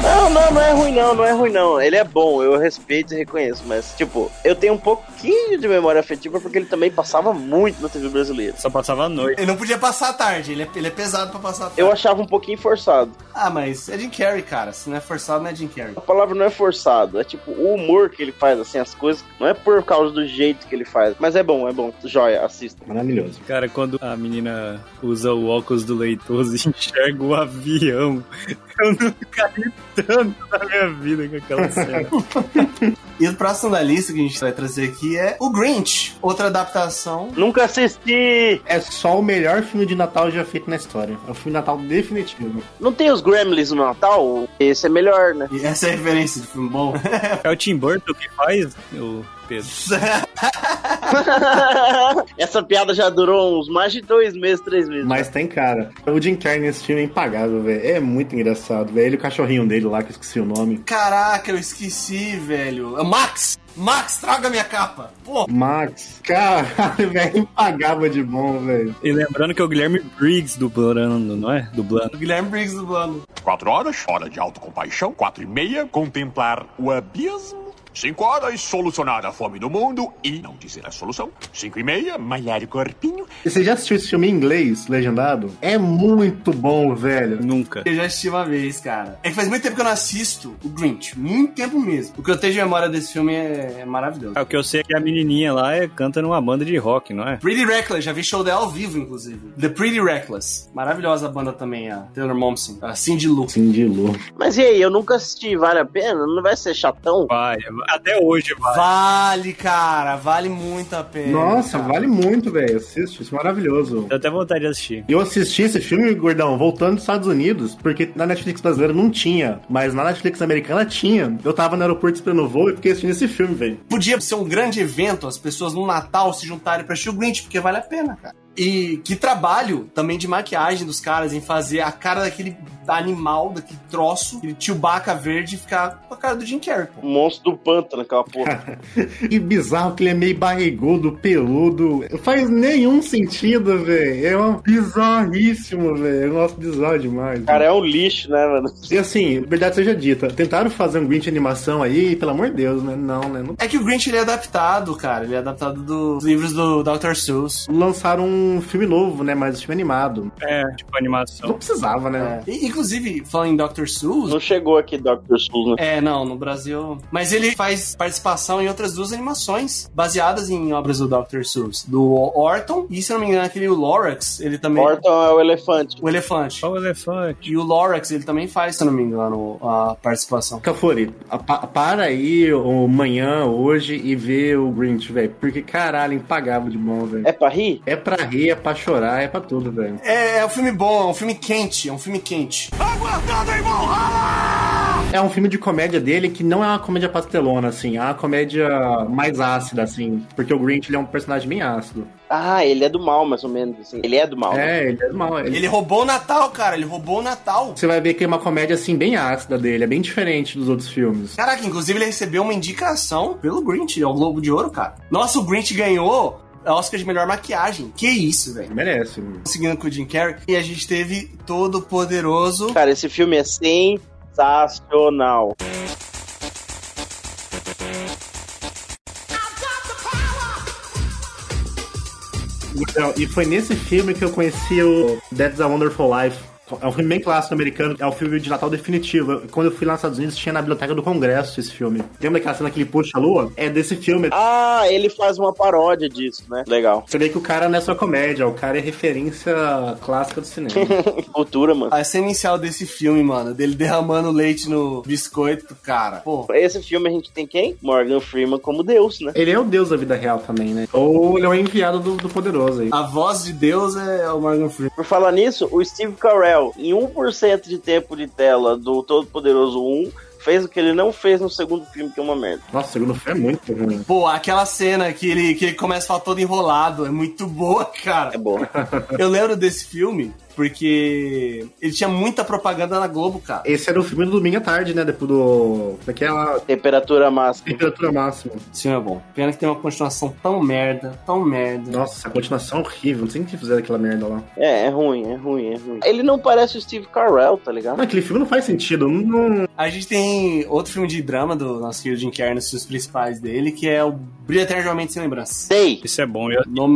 Não, não, não é ruim não, não é ruim não. Ele é bom, eu respeito e reconheço, mas, tipo, eu tenho um pouquinho de memória afetiva porque ele também passava muito na TV brasileira. Só passava a noite. Ele não podia passar a tarde, ele é, ele é pesado pra passar a tarde. Eu achava um pouquinho forçado. Ah, mas é Jim Carrey, cara. Se não é forçado, não é Jim Carrey. A palavra não é forçado, é tipo o humor que ele faz, assim, as coisas. Não é por causa do jeito que ele faz, mas é bom, é bom. Joia, assista. Maravilhoso. Cara, quando a menina usa o óculos do leitoso e enxerga o avião, eu nunca ri tanto na minha vida com aquela cena. E o próximo da lista que a gente vai trazer aqui é o Grinch. Outra adaptação. Nunca assisti! É só o melhor filme de Natal já feito na história. É o filme de Natal definitivo. Não tem os Gremlins no Natal? Esse é melhor, né? E essa é a referência de filme bom. É o Tim Burton que faz, o Pedro? Essa piada já durou uns mais de dois meses, três meses. Mas tem cara. O Jim Carrey nesse filme é impagável, velho. É muito engraçado, velho. Ele e o cachorrinho dele lá, que eu esqueci o nome. Caraca, eu esqueci, velho. É Max! Max, traga minha capa! Pô, Max. Caralho, velho. é Impagável de bom, velho. E lembrando que é o Guilherme Briggs dublando, não é? Dublando. o Guilherme Briggs do Blano. Quatro horas, hora de autocompaixão. Quatro e meia, contemplar o abismo. Cinco horas, solucionar a fome do mundo e não dizer a solução. Cinco e meia, malhar o corpinho. E Você já assistiu esse filme em inglês, legendado? É muito bom, velho. Nunca. Eu já assisti uma vez, cara. É que faz muito tempo que eu não assisto o Grinch. Muito tempo mesmo. O que eu tenho de memória desse filme é, é maravilhoso. Ah, o que eu sei é que a menininha lá é, canta numa banda de rock, não é? Pretty Reckless, já vi show dela ao vivo, inclusive. The Pretty Reckless. Maravilhosa a banda também, a Taylor Momsen. A Cindy Lou. Cindy Lou. Mas e aí, eu nunca assisti, vale a pena? Não vai ser chatão? Vai, até hoje vai. Vale, cara. Vale muito a pena. Nossa, É, cara. vale muito, velho. Assiste, isso é maravilhoso. Dá até vontade de assistir. Eu assisti esse filme, gordão, voltando dos Estados Unidos, porque na Netflix brasileira não tinha, mas na Netflix americana tinha. Eu tava no aeroporto esperando o voo e fiquei assistindo esse filme, velho. Podia ser um grande evento, as pessoas no Natal se juntarem pra assistir o Grinch, porque vale a pena, cara. E que trabalho também de maquiagem dos caras em fazer a cara daquele animal, daquele troço, aquele Chewbacca verde ficar com a cara do Jim Carrey, pô. Monstro do pântano, aquela porra. Que bizarro que ele é meio barrigudo, peludo. Não Faz nenhum sentido, velho. É um bizarríssimo, velho. Nossa, bizarro demais. Cara, é um lixo, né, mano? E assim, verdade seja dita, tentaram fazer um Grinch animação aí, pelo amor de Deus, né? Não, né? Não... É que o Grinch ele é adaptado, cara. Ele é adaptado do- dos livros do Dr. Seuss. Lançaram um filme novo, né? Mas um filme animado. É, tipo Não animação. precisava, né? E, inclusive, falando em Dr. Seuss, Não chegou aqui Dr. Sul, né? É, não, no Brasil. Mas ele faz participação em outras duas animações baseadas em obras do Dr. Seuss, do Orton e, se eu não me engano, aquele Lorax, ele também. Morton é o elefante. O elefante. Olha o elefante. E o Lorax, ele também faz, se eu não me engano, a participação. Cafori, a- pa- para aí o manhã, hoje e ver o Grinch, velho. Porque caralho, impagável de bom, velho. É pra rir? É pra rir, é pra chorar, é pra tudo, velho. É, é um filme bom, é um filme quente, é um filme quente. É um filme de comédia dele que não é uma comédia pastelona, assim. É uma comédia mais ácida, assim. Porque o Grinch, ele é um personagem bem ácido. Ah, ele é do mal, mais ou menos, assim. Ele é do mal. né? É, ele é mal. Ele... Ele roubou o Natal, cara, ele roubou o Natal. Você vai ver que é uma comédia, assim, bem ácida dele. É bem diferente dos outros filmes. Caraca, inclusive ele recebeu uma indicação pelo Grinch, ao Globo de Ouro, cara. Nossa, o Grinch ganhou a Oscar de melhor maquiagem. Que isso, velho. Ele merece. mano. Seguindo com o Jim Carrey, e a gente teve Todo Poderoso. Cara, esse filme é sensacional. Então, e foi nesse filme que eu conheci o That's a Wonderful Life. É um filme bem clássico americano, é o filme de Natal definitivo. Quando eu fui lá nos Estados Unidos, tinha na biblioteca do Congresso esse filme. Lembra aquela cena que ele puxa a lua? É desse filme. Ah, ele faz uma paródia disso, né? Legal. Você vê que o cara não é só comédia, o cara é referência clássica do cinema. Cultura, mano. A cena inicial desse filme, mano, dele derramando leite no biscoito, cara. Pô, Esse filme a gente tem quem? Morgan Freeman como Deus, né? ele é o deus da vida real também, né? Ou ele é o enviado do, do poderoso aí. a voz de Deus é o Morgan Freeman. Por falar nisso, o Steve Carell, em 1% de tempo de tela do Todo-Poderoso 1, fez o que ele não fez no segundo filme, que é uma merda. Nossa, o segundo filme é muito ruim. Pô, aquela cena que ele, que ele começa a falar todo enrolado é muito boa, cara. É bom. Eu lembro desse filme porque ele tinha muita propaganda na Globo, cara. Esse era o filme do domingo à tarde, né? Depois do. daquela Temperatura máxima. temperatura máxima. Esse filme é bom. Pena que tem uma continuação tão merda, tão merda. Nossa, a continuação é horrível. Não sei quem fizeram aquela merda lá. É, é ruim, é ruim, é ruim. Ele não parece o Steve Carell, tá ligado? Não, Ah, aquele filme não faz sentido. Não, A gente tem outro filme de drama do nosso querido Jim Carrey, nos filmes principais dele, que é o Brilho Eternamente Sem Lembrança. Sei. Isso é bom. Eu, Nome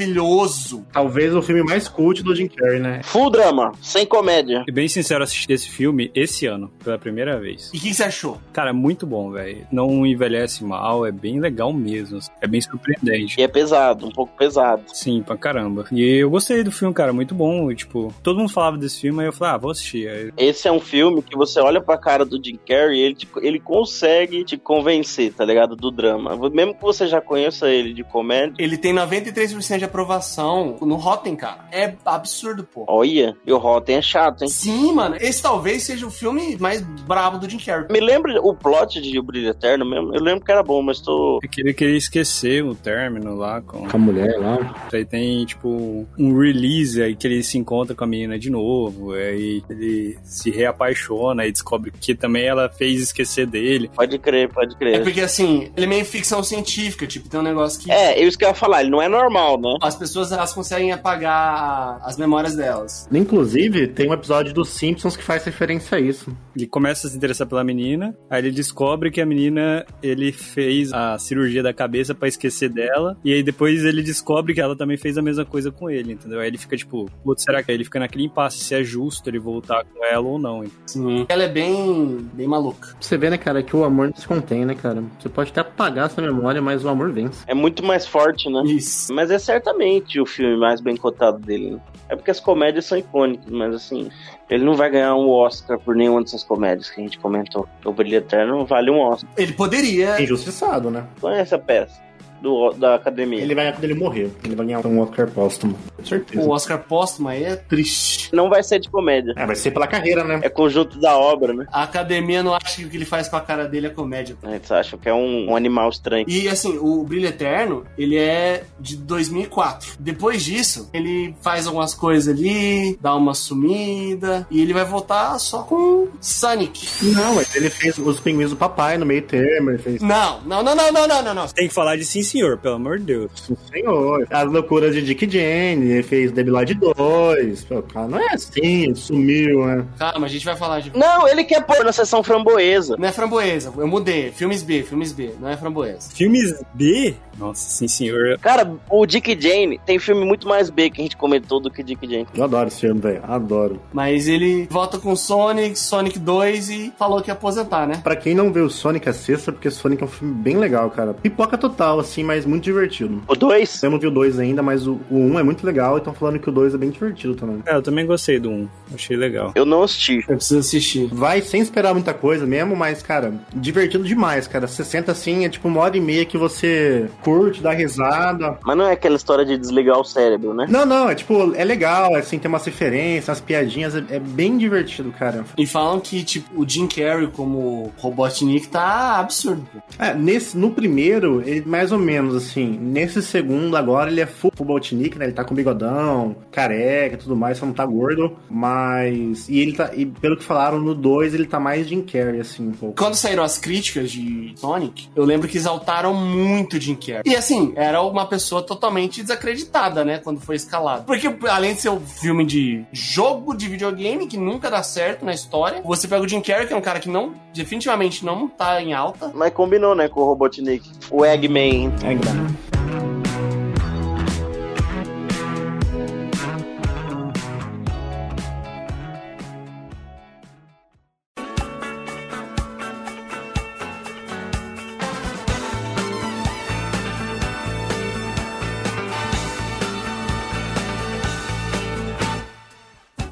maravilhoso. talvez o filme mais cult do Jim Carrey, né? Full drama, sem comédia. e bem sincero, assisti esse filme esse ano, pela primeira vez. E o que, que você achou? Cara, é muito bom, velho. Não envelhece mal, é bem legal mesmo. assim. É bem surpreendente. E é pesado, um pouco pesado. Sim, pra caramba. E eu gostei do filme, cara, muito bom. E, tipo, todo mundo falava desse filme, aí eu falei, ah, vou assistir. Aí, Esse é um filme que você olha pra cara do Jim Carrey e ele, te- ele consegue te convencer, tá ligado? Do drama. Mesmo que você já conheça ele de comédia. Ele tem 93% de aprovação no Rotten, cara. É absurdo, pô. Olha, e o Rotten é chato, hein? Sim, mano. Esse talvez seja o filme mais brabo do Jim Carrey. Me lembra o plot de O Brilho Eterno mesmo? Eu lembro que era bom, mas tô. é que ele queria esquecer o término lá com. a mulher lá. Aí tem, tipo, um release aí que ele se encontra com a menina de novo. Aí ele se reapaixona e descobre que também ela fez esquecer dele. Pode crer, pode É crer. porque, assim, ele é meio ficção científica, tipo, tem um negócio que... É, isso que eu ia falar, ele não é normal, né? As pessoas, elas conseguem apagar as memórias delas. Inclusive, tem um episódio dos Simpsons que faz referência a isso. Ele começa a se interessar pela menina, aí ele descobre que a menina, ele fez a cirurgia da cabeça pra esquecer dela, e aí depois ele descobre que ela também fez a mesma coisa com ele, entendeu? Aí ele fica tipo, putz, será que aí ele fica naquele impasse se é justo ele voltar com ela ou não? Sim. Ela é bem... bem maluca. Você vê, né, cara, que o amor não se contém, né, cara? Você pode até apagar essa memória, mas o amor vence. É muito mais forte, né? Isso. Mas é certamente o filme mais bem cotado dele. né? É porque as comédias são icônicas, mas assim, ele não vai ganhar um Oscar por nenhuma dessas comédias que a gente comentou. O Brilho Eterno vale um Oscar. Ele poderia... Injustiçado, né? Conhece essa peça do, da academia? É. Ele vai quando ele morrer. Ele vai ganhar um Oscar póstumo. certeza. O Oscar póstumo aí é triste. Não vai ser de comédia. É, vai ser pela carreira, né? É conjunto da obra, né? A academia não acha que o que ele faz com a cara dele é comédia. Eles acham que é um, um animal estranho. E assim, o Brilho Eterno, ele é de 2004. Depois disso, ele faz algumas coisas ali, dá uma sumida, e ele vai voltar só com Sonic. Não, mas ele fez os pinguins do papai no meio termo, ele fez. Não, não, não, não, não, não, não, não. Tem que falar de sim, senhor, pelo amor de Deus. Sim, senhor. As loucuras de Dick Jane, ele fez Debilade 2. Pô, cara, não é assim, sumiu, né? Calma, a gente vai falar de. Não, ele quer pôr na sessão framboesa. Não é framboesa, eu mudei. Filmes B, filmes B, não é framboesa. Filmes B? Nossa, sim, senhor. Cara, o Dick Jane tem filme muito mais B que a gente comentou do que Dick Jane. Eu adoro esse filme, velho. Adoro. Mas ele volta com Sonic, Sonic 2 e falou que ia aposentar, né? Pra quem não vê o Sonic, assista, porque Sonic é um filme bem legal, cara. Pipoca total, assim, mas muito divertido. O 2? Eu não vi o 2 ainda, mas o 1 um é muito legal e estão falando que o 2 é bem divertido também. É, eu também gostei do 1. Achei legal. Eu não assisti. Eu preciso assistir. Vai sem esperar muita coisa mesmo, mas, cara, divertido demais, cara. 60 assim é tipo uma hora e meia que você curte, dá risada. Mas não é aquela história de desligar o cérebro, né? Não, não, é tipo, é legal, assim, tem umas referências, umas piadinhas, é, é bem divertido, cara. E falam que, tipo, o Jim Carrey como Robotnik tá absurdo. pô. É, nesse, no primeiro, ele, mais ou menos assim, nesse segundo agora ele é full Robotnik, né? Ele tá com bigodão, careca e tudo mais, só não tá gordo, mas... E ele tá, e pelo que falaram, no 2 ele tá mais Jim Carrey, assim, um pouco. Quando saíram as críticas de Sonic, eu lembro que exaltaram muito Jim Carrey. E assim, era uma pessoa totalmente desacreditada, né? Quando foi escalado. Porque além de ser um filme de jogo de videogame, que nunca dá certo na história, você pega o Jim Carrey, que é um cara que não, definitivamente não tá em alta. Mas combinou, né, com o Robotnik. O Eggman. É, cara.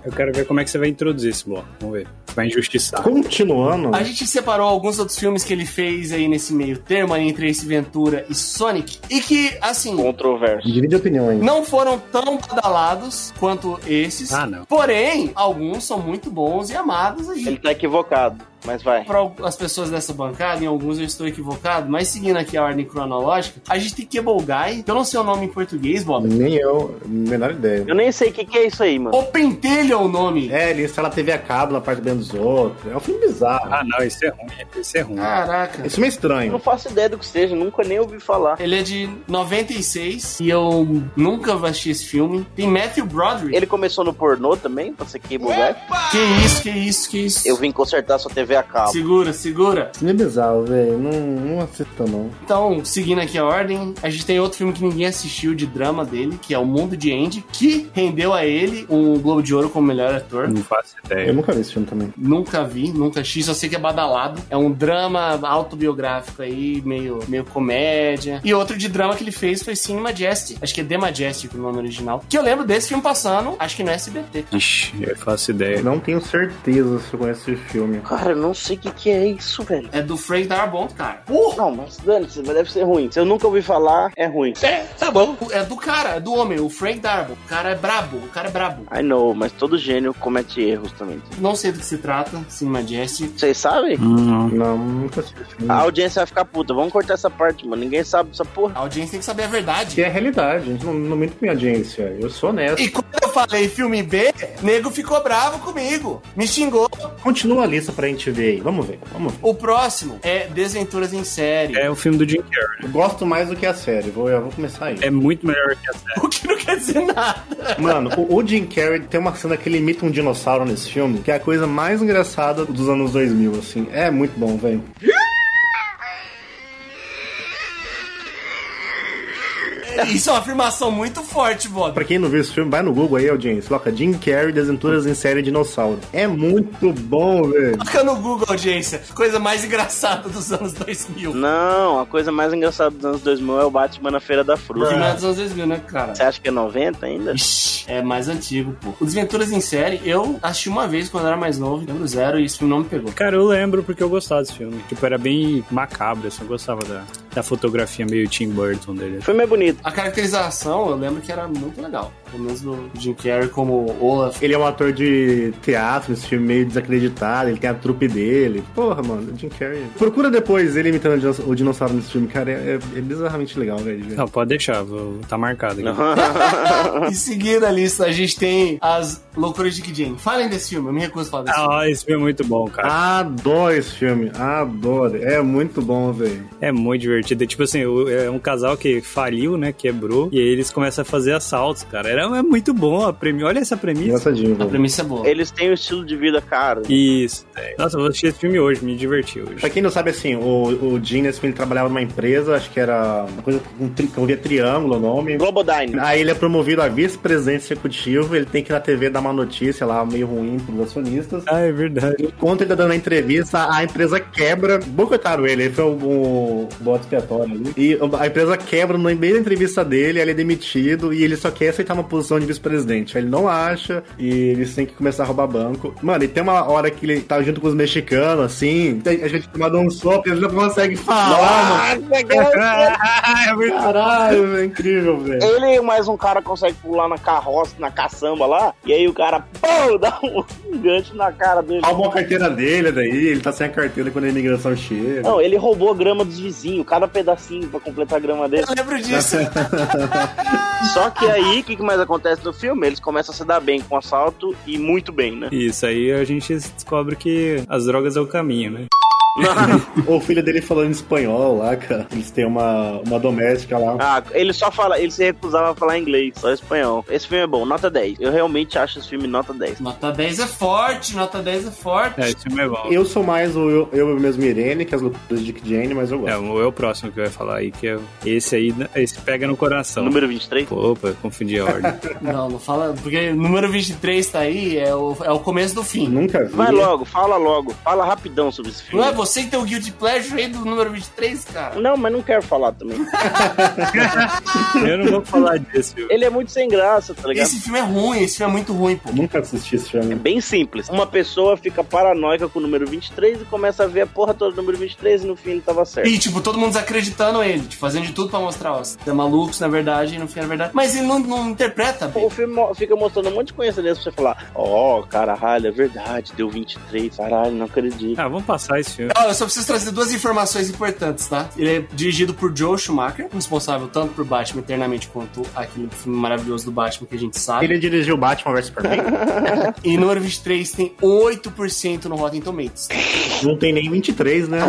Eu quero ver como é que você vai introduzir esse bloco. Vamos ver. Vai injustiçar. Continuando, A gente separou alguns outros filmes que ele fez aí nesse meio termo, aí entre Ace Ventura e Sonic, e que, assim, Controverso. divide opiniões. não foram tão badalados quanto esses. Ah, não. Porém, alguns são muito bons e amados aí. Ele tá equivocado, mas vai. para as pessoas dessa bancada, em alguns eu estou equivocado, mas seguindo aqui a ordem cronológica, a gente tem Cable Guy, que eu não sei o nome em português, Bob. Nem eu, menor ideia. Eu nem sei o que, que é isso aí, mano. O Pentelho é o nome. É, ele instala a TV a cabo na parte de dentro dos outros. É um filme bizarro. Ah, não, isso é ruim. Isso é ruim. Ah. Caraca. Esse filme é Eu estranho. não faço ideia do que seja, nunca nem ouvi falar. Ele é de 96 e eu nunca assisti esse filme. Tem Matthew Broderick. Ele começou no pornô também, pra ser cable guy. Que isso, que isso, que isso. Eu vim consertar sua TV a cabo. Segura, segura. Esse filme é bizarro, velho. Não, não assisto, não. Então, seguindo aqui a ordem, a gente tem outro filme que ninguém assistiu de drama dele, que é O Mundo de Andy, que rendeu a ele um Globo de Ouro como melhor ator. Não faço ideia. Eu nunca vi esse filme também. Nunca vi, nunca assisti, só sei que é badalado. É um drama autobiográfico aí, meio, meio comédia. E outro de drama que ele fez foi Sim Majestic. Acho que é The Majestic o nome original. Que eu lembro desse filme passando, acho que no SBT. Ixi, eu faço ideia. Não tenho certeza se eu conheço esse filme. Cara, eu não sei o que, que é isso, velho. É do Frank Darabont, cara. Porra! Não, mas dane-se, mas deve ser ruim. Se eu nunca ouvi falar, é ruim. É do cara, é do homem, o Frank Darabont. O cara é brabo, o cara é brabo. I know, mas todo gênio comete erros também. Não sei do que se trata, Sim Majestic. Vocês sabem? Não, nunca assisti esse filme. A audiência vai ficar puta. Vamos cortar essa parte, mano. Ninguém sabe dessa porra. A audiência tem que saber a Que verdade. é a realidade, gente. Não, não minto pra minha audiência. Eu sou honesto. E quando eu falei filme B, nego ficou bravo comigo. Me xingou. Continua a lista pra gente ver aí. Vamos ver, vamos ver. O próximo é Desventuras em Série. É o filme do Jim Carrey. Eu gosto mais do que a série. Vou, eu vou começar aí. É muito melhor que a série. O que não quer dizer nada. Mano, o, o Jim Carrey tem uma cena que ele imita um dinossauro nesse filme, que é a coisa mais engraçada dos anos 2000, assim. É muito bom, velho. Isso é uma afirmação muito forte, Bob. Pra quem não viu esse filme, vai no Google aí, audiência. Coloca Jim Carrey, Desventuras em Série Dinossauro. É muito bom, velho. Coloca no Google, audiência. Coisa mais engraçada dos anos 2000. Não, a coisa mais engraçada dos anos 2000 é o Batman na Feira da Fruta. Que não é dos anos 2000, né, cara? Você acha que é 90 ainda? Ixi, É mais antigo, pô. O Desventuras em Série, eu assisti uma vez quando eu era mais novo, lembro zero, e esse filme não me pegou. Cara, eu lembro porque eu gostava desse filme. Tipo, era bem macabro, assim, eu gostava da, da fotografia meio Tim Burton dele. assim. O filme é bonito. A caracterização, eu lembro que era muito legal. Pelo menos do Jim Carrey como Olaf. Ele é um ator de teatro, esse filme meio desacreditado, ele tem a trupe dele. Porra, mano, o Jim Carrey. Procura depois ele imitando o dinos- o dinossauro nesse filme, cara, é, é bizarramente legal, velho. de ver. Não, pode deixar, vou- tá marcado aqui. e seguindo a lista, a gente tem as loucuras de Dick Jane. Falem desse filme, eu me recuso a falar desse filme. Ah, esse filme é muito bom, cara. Adoro esse filme, adoro. É muito bom, velho. É muito divertido. É Tipo assim, o- é um casal que faliu, né? Quebrou. E aí eles começam a fazer assaltos, cara. Era, é muito bom a premissa. Olha essa premissa. Engraçadinho, A velho. premissa é boa. Eles têm um estilo de vida caro. Isso. é. Nossa, eu vou assistir esse filme hoje, me diverti hoje. Pra quem não sabe, assim, o, o Jim, nesse filme, ele trabalhava numa empresa, acho que era uma coisa com tri, que envolvia triângulo o nome. Globodine. Aí ele é promovido a vice-presidente executivo, ele tem que ir na TV dar uma notícia lá meio ruim pros acionistas. Ah, é verdade. Enquanto ele tá dando a entrevista, a empresa quebra. Boicotaram ele, ele foi um um bote expiatório ali. E a empresa quebra no meio da entrevista dele, ele é demitido e ele só quer aceitar uma posição de vice-presidente. Ele não acha e eles têm que começar a roubar banco. Mano, e tem uma hora que ele tá junto com os mexicanos, assim, tem- a gente tomando um sopro, ele não consegue falar, É mano. Caralho, é incrível, velho. Ele e mais um cara consegue pular na carroça, na caçamba lá, e aí o cara, pô, dá um gancho na cara dele. Roubam a carteira dele, daí ele tá sem a carteira quando a imigração chega. Não, ele roubou a grama dos vizinhos, cada pedacinho pra completar a grama dele. Eu lembro disso. Só que aí, o que, que mais acontece no filme? Eles começam a se dar bem com o assalto e muito bem, né? Isso, aí a gente descobre que as drogas é o caminho, né? Ou o filho dele falando espanhol lá, cara. Eles têm uma, uma doméstica lá. Ah, ele só fala, ele se recusava a falar inglês, só espanhol. Esse filme é bom, nota 10. Eu realmente acho esse filme nota 10. Nota 10 é forte, nota 10 é forte. É, esse filme é bom. Eu sou mais o eu, eu mesmo Irene, que é as loucuras de Dick Jane, mas eu É, gosto. o é o próximo que eu ia falar aí, que é esse aí, esse pega no coração. Número 23. Pô, Opa, confundi a ordem. Não, não fala. Porque o número 23 tá aí, é o, é o começo do fim. Nunca vi. Vai logo, fala logo, fala rapidão sobre esse Não é filme. você que tem o Guilty Pleasure aí do número 23, cara? Não, mas não quero falar também. eu não vou falar disso. viu? Ele é muito sem graça, tá ligado? Esse filme é ruim, esse filme é muito ruim, pô. Nunca assisti esse É filme. bem simples. Uma pessoa fica paranoica com o número 23 e começa a ver a porra toda do número 23 e no fim ele tava certo. E, tipo, todo mundo desacreditando ele, tipo, fazendo de tudo pra mostrar, ó, você é maluco, na verdade, e no fim é verdade. Mas ele não, não interpreta, bem. O filme mo- fica mostrando um monte de coincidência pra você falar: Ó, caralho, é verdade, deu 23, caralho, não acredito. Ah, vamos passar esse filme. Ó, eu só preciso trazer duas informações importantes, tá? Ele é dirigido por Joe Schumacher, responsável tanto por Batman Eternamente quanto aquele filme maravilhoso do Batman que a gente sabe. Ele dirigiu Batman vs Superman. E número 23 tem 8% no Rotten Tomatoes. não tem nem 23, né?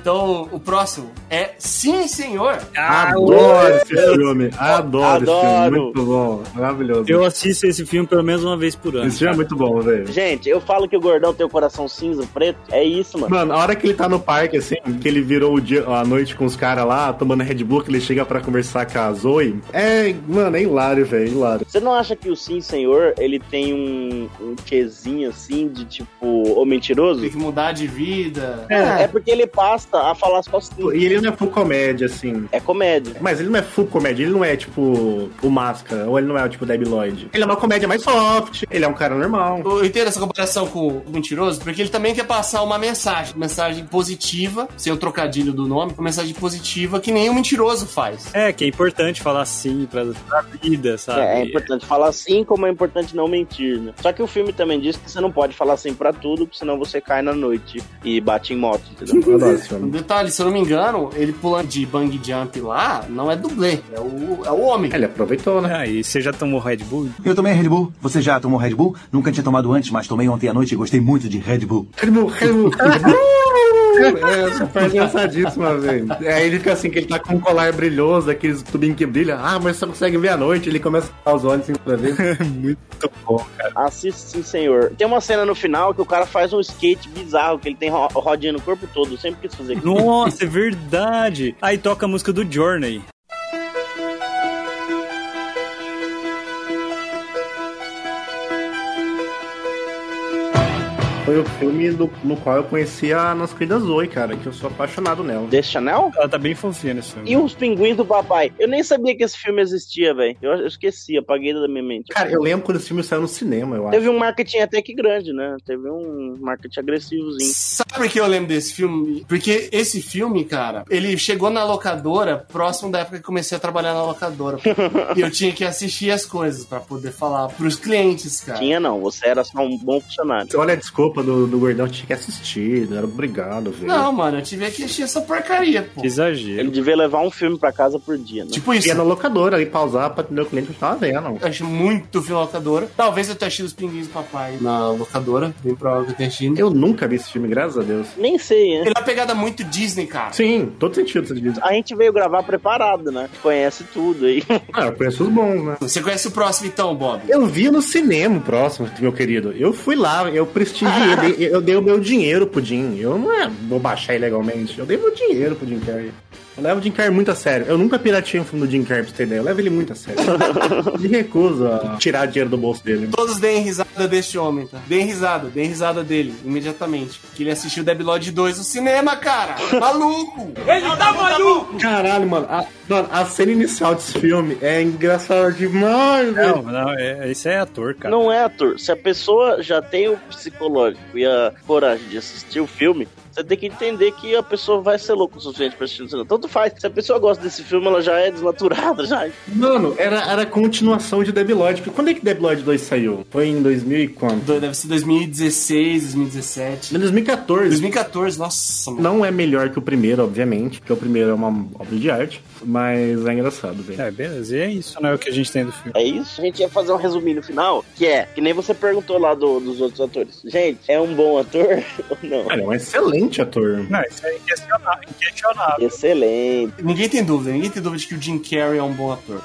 Então, o próximo é Sim, Senhor. Adoro esse filme. Adoro, esse Adoro. filme. Muito bom. Maravilhoso. Eu assisto esse filme pelo menos uma vez por ano. Esse filme é muito bom, velho. Gente, eu falo que o gordão tem o coração cinza, preto, é isso, mano. Mano, a hora que ele tá no parque, assim, que ele virou o dia, a noite com os caras lá, tomando Red Bull, que ele chega pra conversar com a Zoe. É, mano, é hilário, velho, hilário. Você não acha que o Sim Senhor, ele tem um, um quezinho assim de tipo, ô mentiroso? Tem que mudar de vida. É. porque ele passa a falar só sim. E ele não é full comédia, assim. É comédia. Mas ele não é full comédia, ele não é tipo o Máscara, ou ele não é tipo o Debbie Lloyd. Ele é uma comédia mais soft, ele é um cara normal. Eu entendo essa comparação com o mentiroso, porque ele também quer passar uma mensagem, mensagem positiva, sem o trocadilho do nome, uma mensagem positiva que nem o mentiroso faz. É, que é importante falar sim pra, pra vida, sabe? É, é importante falar sim, como é importante não mentir, né? Só que o filme também diz que você não pode falar sim pra tudo, porque senão você cai na noite e bate em moto, entendeu? Eu adoro esse Um filme. detalhe, se eu não me engano, ele pulando de bang jump lá, não é dublê, é o, é o homem. Ele aproveitou, né? Ah, e você já tomou Red Bull? Eu tomei Red Bull. Você já tomou Red Bull? Nunca tinha tomado antes, mas tomei ontem à noite e gostei muito de Red Bull. Red Bull, Red Bull. É, essa parte é engraçadíssima, velho. Aí ele fica assim, que ele tá com um colar brilhoso, aqueles tubinhos que brilha. Ah, mas você consegue ver à noite. Ele começa a ficar os olhos assim pra ver. Muito bom. Assiste sim, senhor. Tem uma cena no final que o cara faz um skate bizarro, que ele tem ro- rodinha no corpo todo. Eu sempre quis fazer isso. Nossa, é verdade. Aí toca a música do Journey. foi o filme do- no qual eu conheci a nossa querida Zoe, cara, que eu sou apaixonado nela. The Chanel? Ela tá bem fofinha nesse filme. E os pinguins do papai? Eu nem sabia que esse filme existia, velho. Eu eu esqueci, apaguei da minha mente. Cara, eu lembro quando esse filme saiu no cinema, eu acho. Teve um marketing até que grande, né? Teve um marketing agressivozinho. Sabe que eu lembro desse filme? Porque esse filme, cara, ele chegou na locadora próximo da época que eu comecei a trabalhar na locadora. e eu tinha que assistir as coisas pra poder falar pros clientes, cara. Tinha não, você era só um bom funcionário. Olha a desculpa do, do gordão, tinha que assistir, era obrigado, velho. Não, mano, eu tive que assistir essa porcaria, pô. Exagero. Ele devia levar um filme pra casa por dia, né? Tipo isso. Ia é na locadora ali pausar pra atender o cliente que tava vendo. Eu achei muito filme na locadora. Talvez eu tenha assistido Os Pinguins do Papai na locadora. Bem provável que eu tenha assistido. Eu nunca vi esse filme, graças a Deus. Nem sei, né? Ele é uma pegada muito Disney, cara. Sim, todo sentido você diz. A gente veio gravar preparado, né? Conhece tudo aí. Ah, eu conheço os bons, né? Você conhece o próximo então, Bob? Eu vi no cinema o próximo, meu querido. Eu fui lá, eu prestigiei, dei- eu dei o meu dinheiro pro Jim. Eu não é, vou baixar ilegalmente, eu dei meu dinheiro pro Jim Carrey. Eu levo o Jim Carrey muito a sério. Eu nunca pirateei um filme do Jim Carrey, pra você ter ideia. Eu levo ele muito a sério. ele recusa a tirar dinheiro do bolso dele. Todos deem risada deste homem, tá? Deem risada, deem risada dele, imediatamente. Que ele assistiu Debilode 2 no cinema, cara! Maluco! Caralho, mano. A, mano, a cena inicial desse filme é engraçada demais, velho. Não, não, é, esse é ator, cara. Não é, ator. Se a pessoa já tem o psicológico e a coragem de assistir o filme, você tem que entender que a pessoa vai ser louca o suficiente pra assistir no cinema. Tanto faz. Se a pessoa gosta desse filme, ela já é desnaturada, já. Mano, era, era a continuação de Debilode. Porque Quando é que Debilode 2 saiu? Foi em 2000 e quando? Do- Deve ser 2016, 2017. Em 2014. 2014, nossa, mano. Não é melhor que o primeiro, obviamente, porque o primeiro é uma obra de arte, mas é engraçado, velho. É, beleza. E é isso, né? O que a gente tem do filme. É isso? A gente ia fazer um resuminho no final, que é, que nem você perguntou lá do- dos outros atores. Gente, é um bom ator ou não? Cara, é um excelente ator. Não, isso é inquestionável. É. inquestionável. Excelente. Ninguém tem dúvida, ninguém tem dúvida de que o Jim Carrey é um bom ator.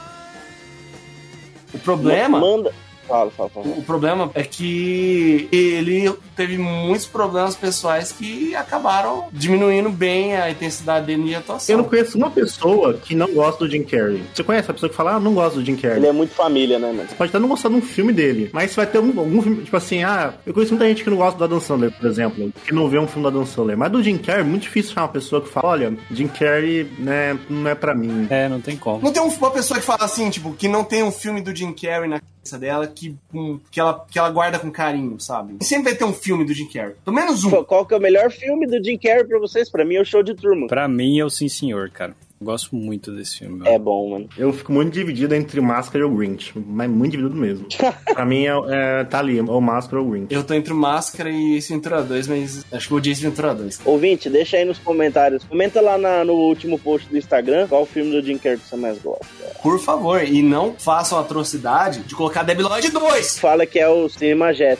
O problema, Manda. Fala, fala, fala. o problema é que ele teve muitos problemas pessoais que acabaram diminuindo bem a intensidade dele de atuação. Eu não conheço uma pessoa que não gosta do Jim Carrey. Você conhece a pessoa que fala, ah, não gosto do Jim Carrey? Ele é muito família, né, mano? Você pode até não gostar de um filme dele, mas vai ter algum, algum filme, tipo assim, ah, eu conheço muita gente que não gosta do Adam Sandler, por exemplo, que não vê um filme do Adam Sandler, mas do Jim Carrey é muito difícil achar uma pessoa que fala, olha, Jim Carrey, né, não é pra mim. É, não tem como. Não tem um- uma pessoa que fala assim, tipo, que não tem um filme do Jim Carrey na cabeça dela que, com- que, ela, que ela guarda com carinho, sabe? Sempre vai ter um filme do Jim Carrey. Pelo menos um. Qual- Qual que é o melhor filme do Jim Carrey pra vocês? Pra mim é o Show de Truman. Pra mim é o Sim Senhor, cara. Eu Gosto muito desse filme. É bom, mano. Eu fico muito dividido entre Máscara e o Grinch, mas muito dividido mesmo. pra mim, é, é- tá ali, ou Máscara ou Grinch. Eu tô entre o Máscara e esse Ventura 2, mas acho que eu odiei esse Ventura 2. Ouvinte, deixa aí nos comentários. Comenta lá na- no último post do Instagram qual filme do Jim Carrey que você mais gosta. Por favor, e não façam a atrocidade de colocar Debiloid 2! Fala que é o Cinema Jet.